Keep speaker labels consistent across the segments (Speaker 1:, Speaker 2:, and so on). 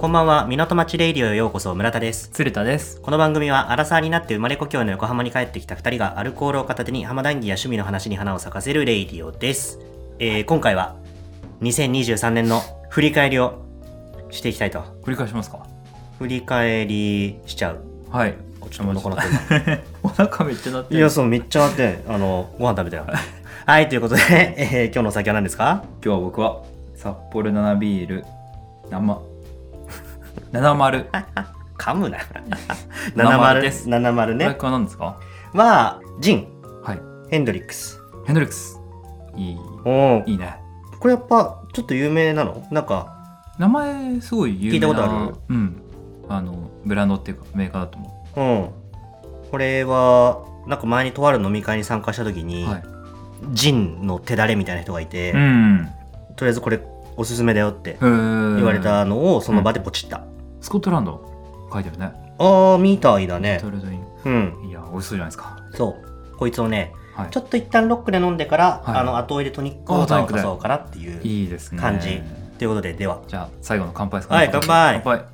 Speaker 1: こんばんは、港町レイディオへようこそ、村田です。
Speaker 2: 鶴田です。
Speaker 1: この番組は、アラサーになって生まれ故郷の横浜に帰ってきた二人が、アルコールを片手に浜談義や趣味の話に花を咲かせるレイディオです。えー、今回は、2023年の振り返りをしていきたいと。
Speaker 2: 繰り返しますか
Speaker 1: 振り返りしちゃう。
Speaker 2: はい。
Speaker 1: おちょっと喉この子
Speaker 2: お腹めっちゃ鳴っ て
Speaker 1: い
Speaker 2: る。
Speaker 1: や、そう、めっちゃあって、あの、ご飯食べたよ。 はい、ということで、えー今日のお酒は何ですか
Speaker 2: 今日は僕は札幌7ビール生 70。
Speaker 1: 噛む な。
Speaker 2: 70
Speaker 1: 70
Speaker 2: で
Speaker 1: ですす。70
Speaker 2: ね、
Speaker 1: ね
Speaker 2: こ。れは何ですか
Speaker 1: は、ジン、
Speaker 2: はい。
Speaker 1: ヘンドリックス。
Speaker 2: ヘンドリックス。いい。
Speaker 1: おお。
Speaker 2: いいね。
Speaker 1: これやっぱ、ちょっと有名なのなんか、
Speaker 2: 名前すごい有名な
Speaker 1: 聞いたことある
Speaker 2: うん。あの、ブランドっていうかメーカーだと思
Speaker 1: うん。これは、なんか前にとある飲み会に参加した時
Speaker 2: う。
Speaker 1: に、
Speaker 2: はい。
Speaker 1: ジンの手だれみたいな人がいて、
Speaker 2: うん。
Speaker 1: とりあえずこれおすすめだよって
Speaker 2: 言
Speaker 1: 言われ。たのをその場でポチった。
Speaker 2: スコットランド書いてあるね。
Speaker 1: あー、みたいだね
Speaker 2: ト。ルドイン。
Speaker 1: うん。
Speaker 2: いや、美味しそうじゃないですか。
Speaker 1: そう。こいつをね、
Speaker 2: はい
Speaker 1: ち。ょっと一旦ロックで飲んでから、
Speaker 2: はい
Speaker 1: あの後追いでトニックウォ
Speaker 2: あ
Speaker 1: ー
Speaker 2: ー
Speaker 1: タ
Speaker 2: ト
Speaker 1: ー
Speaker 2: ニ
Speaker 1: を
Speaker 2: ックで
Speaker 1: 出そうかなっていう。
Speaker 2: いいですね。
Speaker 1: 感じということで、では。
Speaker 2: じゃあ最後の乾杯ですか、
Speaker 1: はい乾杯
Speaker 2: 乾杯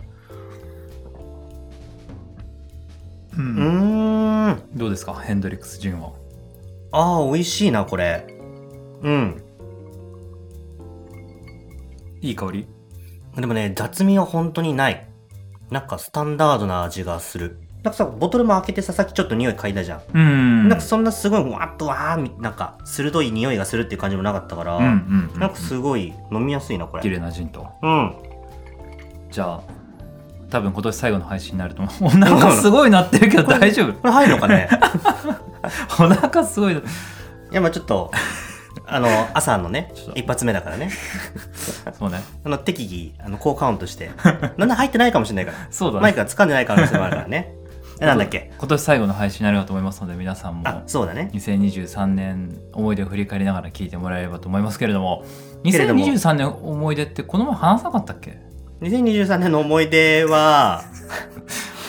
Speaker 2: う
Speaker 1: うんーん。
Speaker 2: どうですかヘンドリックス・ジンは
Speaker 1: あー、美味しいな、これ。うん。
Speaker 2: いい香り
Speaker 1: でもね、雑味は本当にない。なんかスタンダードな味がする。なんかさ、ボトルも開けてさ、さっきちょっと匂い嗅いだじゃん。
Speaker 2: うん
Speaker 1: なんかそんなすごい、わーっとわーみ、なんか鋭い匂いがするっていう感じもなかったから、
Speaker 2: うんうんうん
Speaker 1: なんかすごい飲みやすいな、こ
Speaker 2: 綺
Speaker 1: れ。
Speaker 2: 麗なジンと
Speaker 1: うん。
Speaker 2: じゃあ多分今年最後の配信になると思う お腹すごいなってるけど大丈夫
Speaker 1: これ入るのかね
Speaker 2: お腹すごいない
Speaker 1: や、まあちょっと、あの、朝のね
Speaker 2: ちょっ、と
Speaker 1: 一発目だからね。
Speaker 2: そうね
Speaker 1: あの、適宜、あの、高カウントして。なんだ入ってないかもしれないから。
Speaker 2: そうだ
Speaker 1: マイ
Speaker 2: ね
Speaker 1: クが掴んでない可能性もあるから ね。えなんだっけ
Speaker 2: 今年最後の配信になるかと思いますので皆さん
Speaker 1: あ
Speaker 2: も、
Speaker 1: そうだね。
Speaker 2: 2023年思い出を振り返りながら聞いてもらえればと思いますけれども
Speaker 1: けれども
Speaker 2: 2023年思い出ってこの前話さなかったっけ
Speaker 1: 2023年の思い出は、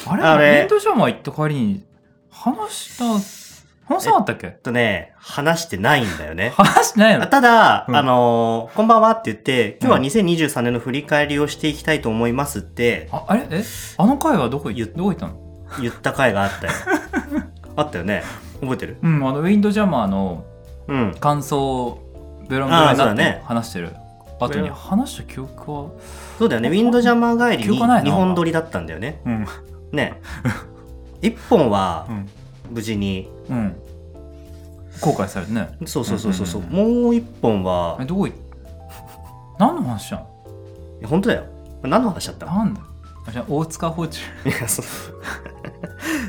Speaker 2: あれ
Speaker 1: あれ
Speaker 2: インドシャマ行った帰りに話した、話さなかったっけ
Speaker 1: ちょっとね、話してないんだよ ね。
Speaker 2: 話してないの
Speaker 1: ただ、
Speaker 2: うん
Speaker 1: あのーこんばんはって言って、今
Speaker 2: うん
Speaker 1: 日は2023年の振り返りをしていきたいと思いますって
Speaker 2: ああれえあの回はどこ
Speaker 1: 言
Speaker 2: 行
Speaker 1: っ
Speaker 2: どこ行ったの
Speaker 1: 言った回があ ったよ。あったよね。覚えてる
Speaker 2: うん、あのウィンドジャマーの
Speaker 1: うん。
Speaker 2: 感想をベロンベロンに
Speaker 1: あーそ
Speaker 2: な
Speaker 1: うだ
Speaker 2: っ
Speaker 1: ね
Speaker 2: て話してる後
Speaker 1: ベ
Speaker 2: に
Speaker 1: ロン
Speaker 2: 話した記憶は、
Speaker 1: そうだよね。ウィンドジャマー帰り
Speaker 2: 記
Speaker 1: に
Speaker 2: 憶ないな
Speaker 1: 日本撮りだったんだよね。
Speaker 2: うん
Speaker 1: ね。一本は
Speaker 2: うん
Speaker 1: 無事に、
Speaker 2: うん、後悔されてね
Speaker 1: そうそうそうそうそう、
Speaker 2: うん
Speaker 1: もう一本は
Speaker 2: え、どこ行っ何の話じゃん
Speaker 1: いや本当だよ。何の話しちゃった
Speaker 2: なんだあじゃあ大塚包丁
Speaker 1: いや、そう。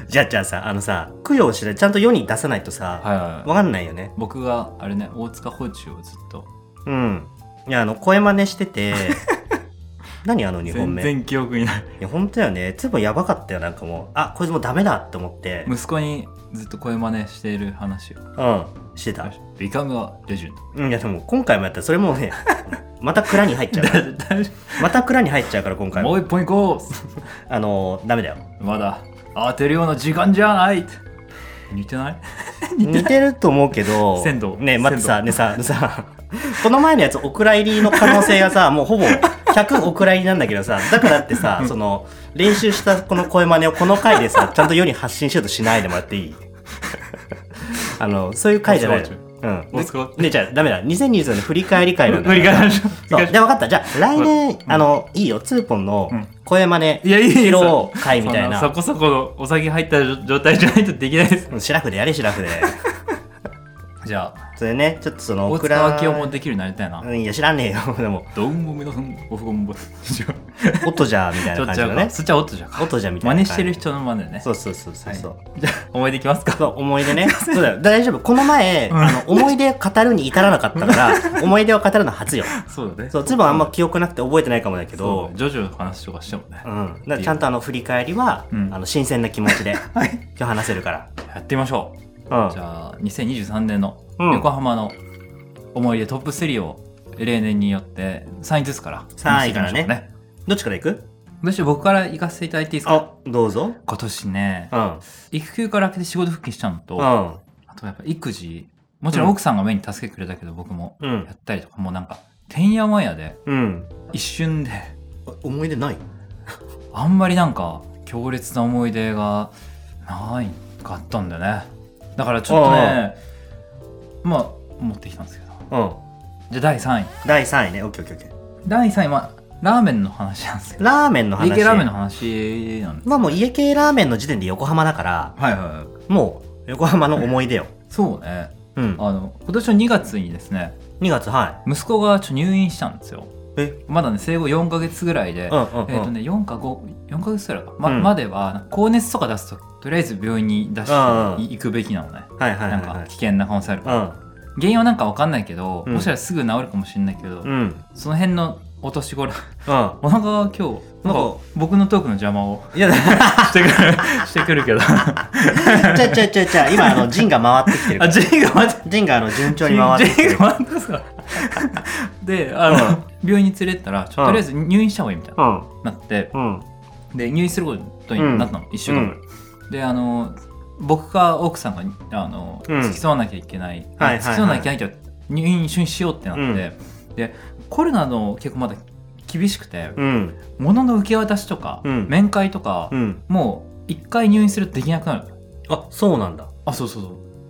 Speaker 1: じゃあ、じゃあさ、あのさ、供養してちゃんと世に出さないとさ、
Speaker 2: はいはい、はい、
Speaker 1: わかんないよね。
Speaker 2: 僕があれね大塚包丁をずっと
Speaker 1: うん。いや、あの、声真似して て、何あの2本
Speaker 2: 全
Speaker 1: 目。い
Speaker 2: 然記憶にない
Speaker 1: や、本当だよね。つばやばかったよ、なんかもう。あ、こいつもうダメだって思って、うん。
Speaker 2: 息子にずっと声真似している話を
Speaker 1: してた。
Speaker 2: ビカムはレジェンド
Speaker 1: うん、いや、でも今回もやったら、それもう ね、また蔵に入っちゃうから。また蔵に入っちゃうから、今 回
Speaker 2: も
Speaker 1: も。
Speaker 2: う一本行こ
Speaker 1: あの、ダメだよ。
Speaker 2: うまだ当てるような時間じゃない似てない
Speaker 1: 似てると思うけど、
Speaker 2: 鮮度
Speaker 1: ね、待ってさ、ねさ、ねさ、この前のやつ、お蔵入りの可能性がさ、もうほぼ100お蔵入りなんだけどさ、だからってさ、その、練習したこの声真似をこの回でさ、ちゃんと世に発信しようとしないでもらっていいあの、そういう回じゃないの。うん。
Speaker 2: 大塚
Speaker 1: ね、じゃあ、ダメだ。2020年振り返り会 なんだか
Speaker 2: 振
Speaker 1: ら。
Speaker 2: り返りましょ
Speaker 1: そう。で、
Speaker 2: う
Speaker 1: 分かった。じゃあ、来年、あの、いいよ、ツーポンの
Speaker 2: うん
Speaker 1: 声真似、
Speaker 2: いやいいよ
Speaker 1: 披露会みたいな。
Speaker 2: そこそこのお酒入った状態じゃないとできな いです
Speaker 1: うんシラフでやれ、シラフで。
Speaker 2: じゃあ
Speaker 1: それね、ちょっとその、
Speaker 2: 大塚明夫もできるようになりたいな
Speaker 1: うんいや、知らねえよ。 でも、
Speaker 2: どうも皆さんご不んぼちょっ
Speaker 1: 音じゃみたい
Speaker 2: と
Speaker 1: な
Speaker 2: 違
Speaker 1: 感
Speaker 2: う
Speaker 1: じの
Speaker 2: か
Speaker 1: ね。
Speaker 2: そっ ちはおっとじゃうか
Speaker 1: 音じゃみたい
Speaker 2: 真
Speaker 1: な。
Speaker 2: 似してる。人の真似ね
Speaker 1: そうそうそう そうそう。
Speaker 2: じゃあ思い出いきますか
Speaker 1: そう思い出ね。そうだよ。大丈夫。この前、あの思い出語るに至らなかったか ら、思い出を語るのは初よ。
Speaker 2: そうだね
Speaker 1: そう、ズボンあんま記憶なくて覚えてないかもだけ
Speaker 2: そ
Speaker 1: ど
Speaker 2: う、ジョジョの話とかしてもね
Speaker 1: うん。だからちゃんとあの振り返りは、
Speaker 2: うん
Speaker 1: あの新鮮な気持ちで、今 日話せるか
Speaker 2: やってみましょう
Speaker 1: ら。う
Speaker 2: じ
Speaker 1: ん。
Speaker 2: ゃあ2023年の
Speaker 1: うん
Speaker 2: 横浜の思い出トップ3を例年によって3位ずつから
Speaker 1: 3位からね
Speaker 2: 見ていきましょ
Speaker 1: どっちから行く
Speaker 2: うどうして僕から行かせていただいていいですか
Speaker 1: あ、どうぞ。
Speaker 2: 今年ね
Speaker 1: うん。
Speaker 2: 育休から明けて仕事復帰したのと
Speaker 1: う
Speaker 2: あ
Speaker 1: ん。
Speaker 2: とやっぱ育児もちろん奥さんがメインに助けてくれたけど僕も
Speaker 1: う
Speaker 2: や
Speaker 1: ん。
Speaker 2: ったりとかもうなんかてんやわんやで
Speaker 1: うん。
Speaker 2: 一瞬で
Speaker 1: あ思い出ない
Speaker 2: あんまりなんか強烈な思い出がないかったんだよねだからちょっとねまあ持ってきたんですけど
Speaker 1: うん。
Speaker 2: じゃあ第3位
Speaker 1: 第3位ね。オッケーオッケーオッケー。
Speaker 2: 第3位まあラーメンの話なんですけど
Speaker 1: ラーメンの話。
Speaker 2: 家系ラーメンの話なんで
Speaker 1: まあもう家系ラーメンの時点で横浜だから、
Speaker 2: はいはいはい
Speaker 1: もう横浜の思い出よ。
Speaker 2: そうね
Speaker 1: うん。
Speaker 2: あの今年の2月にですね
Speaker 1: 2月、は
Speaker 2: 息子がちょっと入院したんですよ
Speaker 1: い。え
Speaker 2: まだね生後4ヶ月ぐらいで、
Speaker 1: うんうんうん。
Speaker 2: えっ、とね4か54ヶ月ぐらいか、ま
Speaker 1: うん
Speaker 2: まではなんか高熱とか出すととりあえず病院に出して
Speaker 1: うんうん
Speaker 2: い行くべきなのね
Speaker 1: はいはい
Speaker 2: な
Speaker 1: は
Speaker 2: ん
Speaker 1: いは
Speaker 2: か
Speaker 1: い
Speaker 2: 危険な可能性あるから、原因はなんかわかんないけど、
Speaker 1: うん
Speaker 2: もしかしたらすぐ治るかもしれないけど、
Speaker 1: うん。うん。
Speaker 2: その辺のお年頃
Speaker 1: うん。
Speaker 2: お腹が今日なんか僕のトークの邪魔を
Speaker 1: いや、
Speaker 2: してくる してくるけどあ
Speaker 1: ちゃちゃちゃちゃ、今、あの、ジンが回ってきてるから。
Speaker 2: ジンが待って
Speaker 1: ジンが、あの、順調に回ってきて
Speaker 2: ジ
Speaker 1: る
Speaker 2: ン。が待ってますから であの、病院に連れてったらちょっととりあえず入院した方がいいみたい
Speaker 1: うん。
Speaker 2: な、なって
Speaker 1: うん。
Speaker 2: で入院することになったの、一週間ぐらい、であの僕か奥さんがあの、
Speaker 1: うん
Speaker 2: 付き添わなきゃいけない、
Speaker 1: はいはいはい
Speaker 2: 付き添わなきゃいけないけど入院一緒にしようってなって、でコロナの結構まだ厳しくて、
Speaker 1: うん。
Speaker 2: 物の受け渡しとか、
Speaker 1: うん
Speaker 2: 面会とか、
Speaker 1: うん。
Speaker 2: もう一回入院するとできなくなる
Speaker 1: あ、そうなんだ。
Speaker 2: あそうそうそ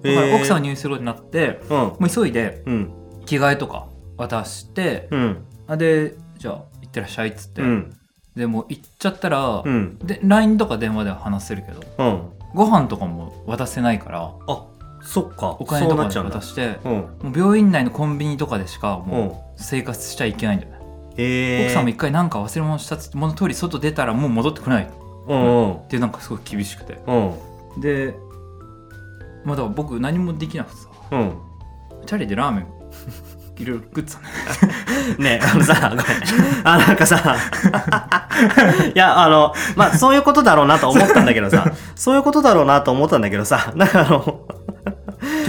Speaker 2: うだから奥さんが入院することになって
Speaker 1: うん。
Speaker 2: もう急いで
Speaker 1: うん。
Speaker 2: 着替えとか渡して、
Speaker 1: うん。
Speaker 2: あでじゃあ行ってらっしゃいっつって、
Speaker 1: うん。
Speaker 2: でもう行っちゃったら、
Speaker 1: うん。
Speaker 2: で LINE とか電話では話せるけど
Speaker 1: うん。
Speaker 2: ご飯とかも渡せないから
Speaker 1: あ、そっか。
Speaker 2: お金と
Speaker 1: そう
Speaker 2: か
Speaker 1: なっち
Speaker 2: で
Speaker 1: ゃうんだ
Speaker 2: 渡。して
Speaker 1: うん。
Speaker 2: もう病院内のコンビニとかでしか
Speaker 1: う
Speaker 2: も
Speaker 1: ん。
Speaker 2: う生活しちゃいけないんだよね、
Speaker 1: えー。
Speaker 2: 奥さんも一回なんか忘れ物したっつって物取り外出たらもう戻ってこないっ
Speaker 1: うん
Speaker 2: てなんかすごい厳しくて
Speaker 1: うん。
Speaker 2: でまあだから僕何もできなくてさ
Speaker 1: うん。
Speaker 2: チャリでラーメン いろいろ食ってた ね
Speaker 1: うん。ねあのさ、ごめん。あ、なんかさ、いや、あの、まあ、そういうことだろうなと思ったんだけどさ、そういうことだろうなと思ったんだけどさ、なんかあの、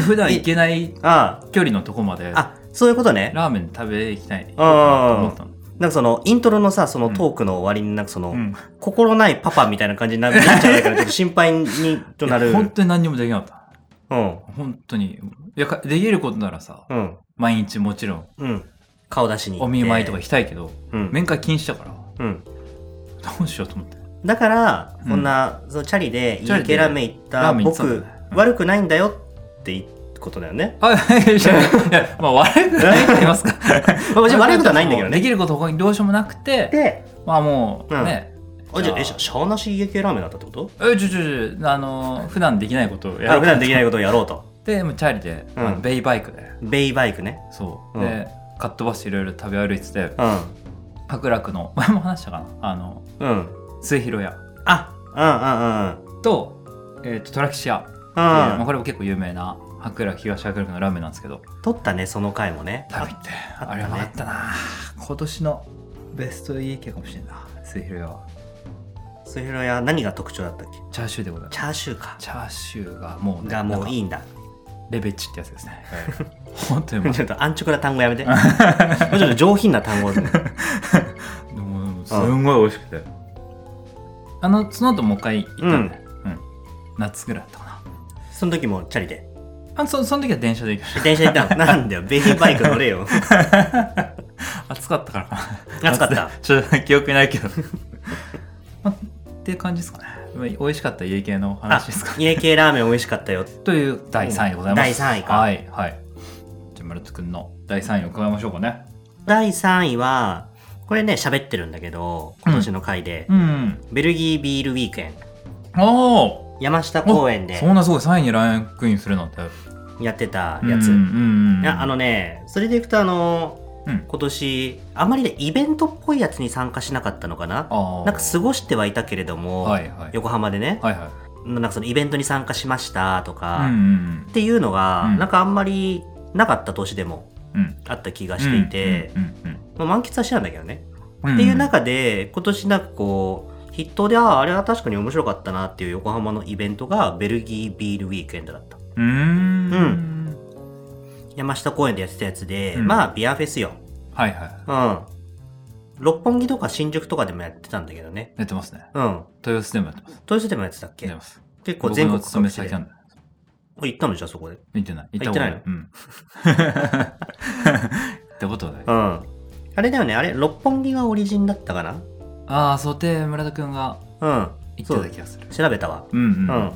Speaker 2: 普段行けない
Speaker 1: あ
Speaker 2: 距離のとこまで
Speaker 1: あ、あ、そういうことね。
Speaker 2: ラーメン食べ行きたいと思ったの
Speaker 1: なんかそのイントロのさその
Speaker 2: うん
Speaker 1: トークの終わりになんかその、
Speaker 2: うん
Speaker 1: 心ないパパみたいな感じにななっちゃうからちょっと心配にとなる。
Speaker 2: いや本当に何にもできなかった
Speaker 1: うん
Speaker 2: 本当にいやかできることならさ
Speaker 1: うん
Speaker 2: 毎日もちろん
Speaker 1: うん顔出しに行
Speaker 2: お
Speaker 1: って
Speaker 2: 見舞いとか行きたいけど、
Speaker 1: うん、
Speaker 2: 面会禁止だから
Speaker 1: うん、
Speaker 2: どうしようと思って
Speaker 1: だから、
Speaker 2: うん
Speaker 1: こんなそのチャリで
Speaker 2: チャ
Speaker 1: 家
Speaker 2: リで
Speaker 1: 系ラーメン行っ
Speaker 2: ラ
Speaker 1: た
Speaker 2: ーメン行って
Speaker 1: 僕
Speaker 2: たんだねうん
Speaker 1: 悪くないんだよっていうことだよね。
Speaker 2: あ、いやいやいや、まあ悪くないと言います か。
Speaker 1: まあ別に悪いことはないんだけどね
Speaker 2: できること他にどうしようもなくて、
Speaker 1: で
Speaker 2: まあもう
Speaker 1: うん
Speaker 2: ね、
Speaker 1: あじゃあえしゃしゃあなし家系ラーメンだったってこと
Speaker 2: え、ちょちょちょ、あの、普段できないことを
Speaker 1: あ
Speaker 2: やろう
Speaker 1: 普段できないことをやろうと。
Speaker 2: で、もうチャリで、
Speaker 1: うん
Speaker 2: あのベイバイクで、
Speaker 1: ベイバイクね。
Speaker 2: そう。
Speaker 1: うん
Speaker 2: で、かっ飛ばしていろいろ食べ歩いてて、
Speaker 1: うん
Speaker 2: 白楽の、前も話したかな、あの、
Speaker 1: うん
Speaker 2: 末広屋
Speaker 1: あうん
Speaker 2: と、えっと、トラキシア。
Speaker 1: うんうん
Speaker 2: まあ
Speaker 1: うん。
Speaker 2: これも結構有名な、白楽東白楽のラーメンなんですけど、
Speaker 1: 取ったねその回もね。
Speaker 2: 食べて、
Speaker 1: あったね
Speaker 2: あれはあったな。今年のベスト家系かもしれんな、末広屋は。
Speaker 1: スヒロ屋何が特徴だったっけ？
Speaker 2: チャーシューでございます
Speaker 1: チャーシューか。
Speaker 2: チャーシューがもうね
Speaker 1: がもうい
Speaker 2: い
Speaker 1: いんだ。
Speaker 2: レベチってやつですね本当に もう
Speaker 1: ちょっと安直な単語 やめて。もうちょっと上品な単語で。
Speaker 2: もうすんごい美味しくてあのその後もう一回行ったんで、うん夏ぐらいだったかな
Speaker 1: その時もチャリで。
Speaker 2: あそその時は電車で行き まし
Speaker 1: 電車行ったの。なんだよ、ベイバイク乗れよ。
Speaker 2: た暑かったからかな
Speaker 1: 暑かった
Speaker 2: 夏ちょっと記憶ないけど、 まあ、っていう感じですかねまあ美味しかった家系の
Speaker 1: あ
Speaker 2: 話ですか、
Speaker 1: 家系ラーメン美味しかったよ。
Speaker 2: という第3位でございます、
Speaker 1: うん第3位か
Speaker 2: はいはいじゃあ丸く君の第3位を伺いましょうかね
Speaker 1: 第3位は、これね、喋ってるんだけど、今年の回で、
Speaker 2: うん
Speaker 1: ベルギービールウィークエン、
Speaker 2: おお
Speaker 1: 山下公園
Speaker 2: そ
Speaker 1: で
Speaker 2: んなすごい3位にランクインするなんて
Speaker 1: やってたやつ。
Speaker 2: うんうんうん
Speaker 1: いや、あのね、それでいくと、あの、
Speaker 2: うん
Speaker 1: 今年、あまりね、イベントっぽいやつに参加しなかったのかな。
Speaker 2: あー
Speaker 1: なんか過ごしてはいたけれども、
Speaker 2: はいはい
Speaker 1: 横浜でね、
Speaker 2: はいはい
Speaker 1: なんかそのイベントに参加しましたとか、
Speaker 2: うんうん
Speaker 1: っていうのが、
Speaker 2: うん
Speaker 1: なんかあんまりなかった年でも
Speaker 2: うんうん
Speaker 1: あった気がしていて、
Speaker 2: うんうん
Speaker 1: まあ、満喫はしてたんだけどね。
Speaker 2: うん
Speaker 1: っていう中で今年なんかこう筆頭であああれは確かに面白かったなっていう横浜のイベントがベルギービールウィークエンドだった。
Speaker 2: うーん
Speaker 1: う山下公園でやってたやつで、
Speaker 2: うん
Speaker 1: まあビアフェスよ。
Speaker 2: はいはい
Speaker 1: うん。六本木とか新宿とかでもやってたんだけどね。
Speaker 2: やってますね
Speaker 1: うん。
Speaker 2: 豊洲でもやってます
Speaker 1: 豊洲でもやってたっけ
Speaker 2: やってます
Speaker 1: 結構
Speaker 2: 僕
Speaker 1: 全
Speaker 2: の
Speaker 1: 国
Speaker 2: 勤め
Speaker 1: 各地
Speaker 2: 先
Speaker 1: で。
Speaker 2: な
Speaker 1: あ
Speaker 2: んだ
Speaker 1: 行ったのじゃあそこで。
Speaker 2: 見てない
Speaker 1: 行ってないの
Speaker 2: うん 行ったことはない
Speaker 1: うん。あれだよね、あれ、六本木がオリジンだったかな
Speaker 2: ああ、想定村田くんが
Speaker 1: うん
Speaker 2: 言って
Speaker 1: そ
Speaker 2: た
Speaker 1: う
Speaker 2: 気がする。
Speaker 1: 調べたわ
Speaker 2: うんうんうん
Speaker 1: う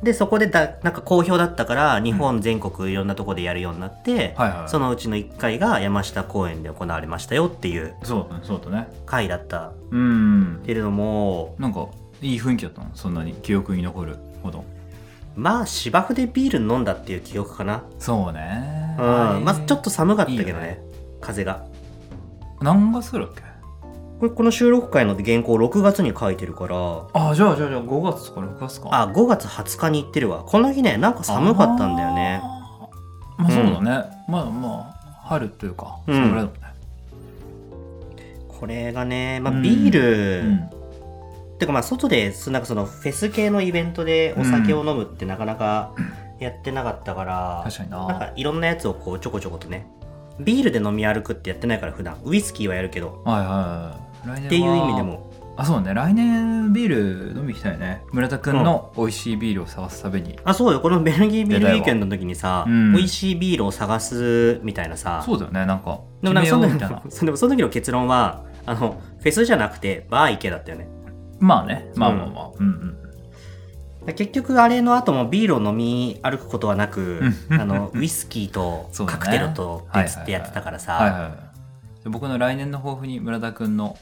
Speaker 1: でそこでだなんか好評だったから日本全国いろんなとこでやるようになって、
Speaker 2: はいはいはい
Speaker 1: そのうちの1回が山下公園で行われましたよっていう
Speaker 2: そうだねそうだね。
Speaker 1: 回だった
Speaker 2: うん。
Speaker 1: けれども
Speaker 2: なんかいい雰囲気だったのそんなに記憶に残るほど。
Speaker 1: まあ芝生でビール飲んだっていう記憶かな、
Speaker 2: そうね。
Speaker 1: うん、まあちょっと寒かったけどね
Speaker 2: いいよね
Speaker 1: 風が
Speaker 2: 何月だっけ
Speaker 1: これこの収録回の原稿6月に書いてるから
Speaker 2: ああじゃあじゃあじゃあ5月とか6月か。
Speaker 1: あ5月20日に行ってるわこの日ねなんか寒かったんだよね
Speaker 2: あー。まあそうだね。まあまあ春というか、
Speaker 1: うん
Speaker 2: それぐらいだもんね。
Speaker 1: これがね、ま
Speaker 2: う
Speaker 1: あ、
Speaker 2: ん
Speaker 1: ビール、
Speaker 2: うん
Speaker 1: てかまあ外でそなんかそのフェス系のイベントでお酒を飲むってなかなかやってなかったから、
Speaker 2: 確かにな
Speaker 1: なんかいろんなやつをこうちょこちょことねビールで飲み歩くってやってないから普段ウイスキーはやるけど
Speaker 2: はいはいはい。来年は
Speaker 1: っていう意味で。も
Speaker 2: あそうね来年ビール飲み行きたいね。村田くんの美味しいビールを探すために。
Speaker 1: あそうよこのベルギービールウィークエンドの時にさ、
Speaker 2: うん
Speaker 1: 美味しいビールを探すみたいなさ
Speaker 2: そうだよねなんか。
Speaker 1: でもなんかその
Speaker 2: 決めよ
Speaker 1: 時
Speaker 2: うみたいな
Speaker 1: でも その時の結論はあのフェスじゃなくてバー行けだったよね
Speaker 2: まあねまあまあまあ。うんうん。
Speaker 1: 結局あれの後もビールを飲み歩くことはなくあのウイスキーと
Speaker 2: そうだ
Speaker 1: カ
Speaker 2: ね
Speaker 1: クテルと別ってやってたから
Speaker 2: はい
Speaker 1: さ
Speaker 2: はいはいじゃあ僕の来年の抱負に村田くんの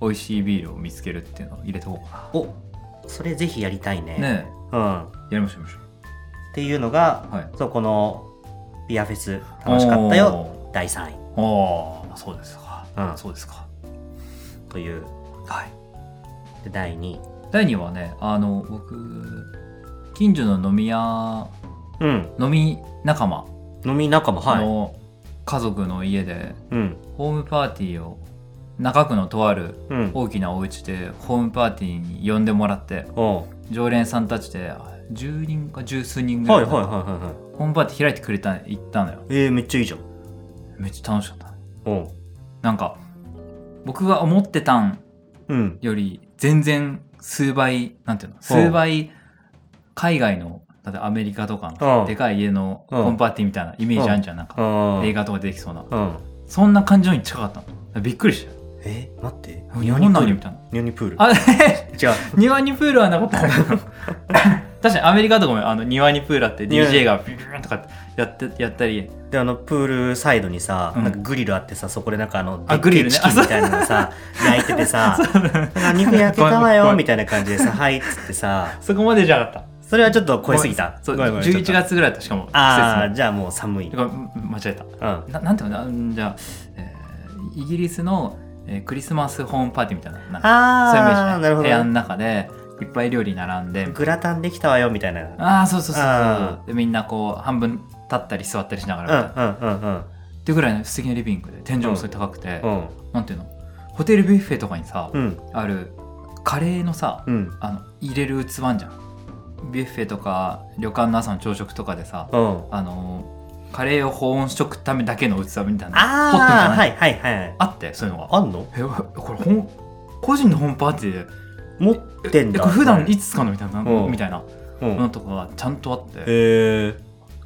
Speaker 2: 美味しいビールを見つけるっていうのを入れておこうか
Speaker 1: おそれぜひやりたいね
Speaker 2: なね
Speaker 1: うん、っ
Speaker 2: えやりましょうやりまして
Speaker 1: いうのが
Speaker 2: ょうはい
Speaker 1: そうこのビアフェス楽しかったよ第3位
Speaker 2: おーおーそうですか、
Speaker 1: うん
Speaker 2: そうですか
Speaker 1: という
Speaker 2: はい
Speaker 1: で第2位
Speaker 2: 第2はねあの僕近所の飲み屋
Speaker 1: うん
Speaker 2: 飲み仲間
Speaker 1: 飲み仲間はい、
Speaker 2: の家族の家で
Speaker 1: うん
Speaker 2: ホームパーティーを中区のとある
Speaker 1: うん
Speaker 2: 大きなお家でホームパーティーに呼んでもらって
Speaker 1: お
Speaker 2: 常連さんたちで10人か十数人
Speaker 1: う
Speaker 2: ぐら
Speaker 1: はいいはい
Speaker 2: だった
Speaker 1: はいはいはい
Speaker 2: ホームパーティー開いてくれた行ったのよ
Speaker 1: えー、めっちゃいいじゃん
Speaker 2: めっちゃ楽しかった
Speaker 1: おう
Speaker 2: なんか僕が思ってたん
Speaker 1: うん
Speaker 2: より全然数倍なんていうの
Speaker 1: うん
Speaker 2: 数倍海外のだってアメリカとか
Speaker 1: うん
Speaker 2: のでかい家の
Speaker 1: うん
Speaker 2: ホームパーティーみたいなイメージあるじゃんなんか
Speaker 1: あ
Speaker 2: 映画とか出てきそうな
Speaker 1: うん
Speaker 2: そんな感じのに近かったのびっくりした
Speaker 1: え待って
Speaker 2: 日本なのにみ
Speaker 1: プー
Speaker 2: たいな
Speaker 1: ルニョニプール
Speaker 2: あ
Speaker 1: 違う
Speaker 2: 庭にプールはなかったんだ けど確かにアメリカとかもあの庭にプールあって
Speaker 1: 庭
Speaker 2: DJ がビューンとかってやってやったり
Speaker 1: であのプールサイドにさ、
Speaker 2: うん
Speaker 1: なんかグリルあってさそこでなんかあの
Speaker 2: あグリルね
Speaker 1: でっけえチキンみたいなのさ 焼いてて さ「なんか肉焼けたわ
Speaker 2: ごめん
Speaker 1: よ
Speaker 2: ごめ」ん
Speaker 1: みたいな感じでさ「はい」っつってさ
Speaker 2: そこまでじゃなかった
Speaker 1: それはちょっと超えすぎた
Speaker 2: そう
Speaker 1: ごめんごめん
Speaker 2: 11
Speaker 1: ちょっと
Speaker 2: 月ぐらいだったしかも季節
Speaker 1: ああ
Speaker 2: も
Speaker 1: じゃあもう寒い
Speaker 2: てか間違えた
Speaker 1: うん
Speaker 2: ななんていうのうんじゃあ、えーイギリスの、えークリスマスホームパーティーみたいななんかそういう
Speaker 1: あ
Speaker 2: イメージ
Speaker 1: あ
Speaker 2: ね
Speaker 1: なるほ
Speaker 2: 部屋の
Speaker 1: ど
Speaker 2: 中でいっぱい料理並んで
Speaker 1: グラタンできたわよみたいなうんうん
Speaker 2: ああそうそうそう
Speaker 1: あ
Speaker 2: そうでみんなこう半分立ったり座ったりしながらみたいな、
Speaker 1: うんうん
Speaker 2: っていうぐらいの素敵なリビングで天井もすごい高くて、
Speaker 1: うん
Speaker 2: なんていうのホテルビュッフェとかにさ、
Speaker 1: うん
Speaker 2: あるカレーのさ
Speaker 1: うん
Speaker 2: あの入れる器あんじゃんビュッフェとか旅館の朝の朝食とかでさ、
Speaker 1: うん
Speaker 2: あのーカレーを保温しとくためだけの器みたいなポットみた
Speaker 1: あ
Speaker 2: いな
Speaker 1: あはいはいはい
Speaker 2: あってそういうのが
Speaker 1: あんの
Speaker 2: えこれほん個人のホームパーティーで
Speaker 1: 持ってん
Speaker 2: え
Speaker 1: だ
Speaker 2: これ普段いつ使うのみたいな、
Speaker 1: うん
Speaker 2: みたいな
Speaker 1: うん
Speaker 2: のとかがちゃんとあって
Speaker 1: へえ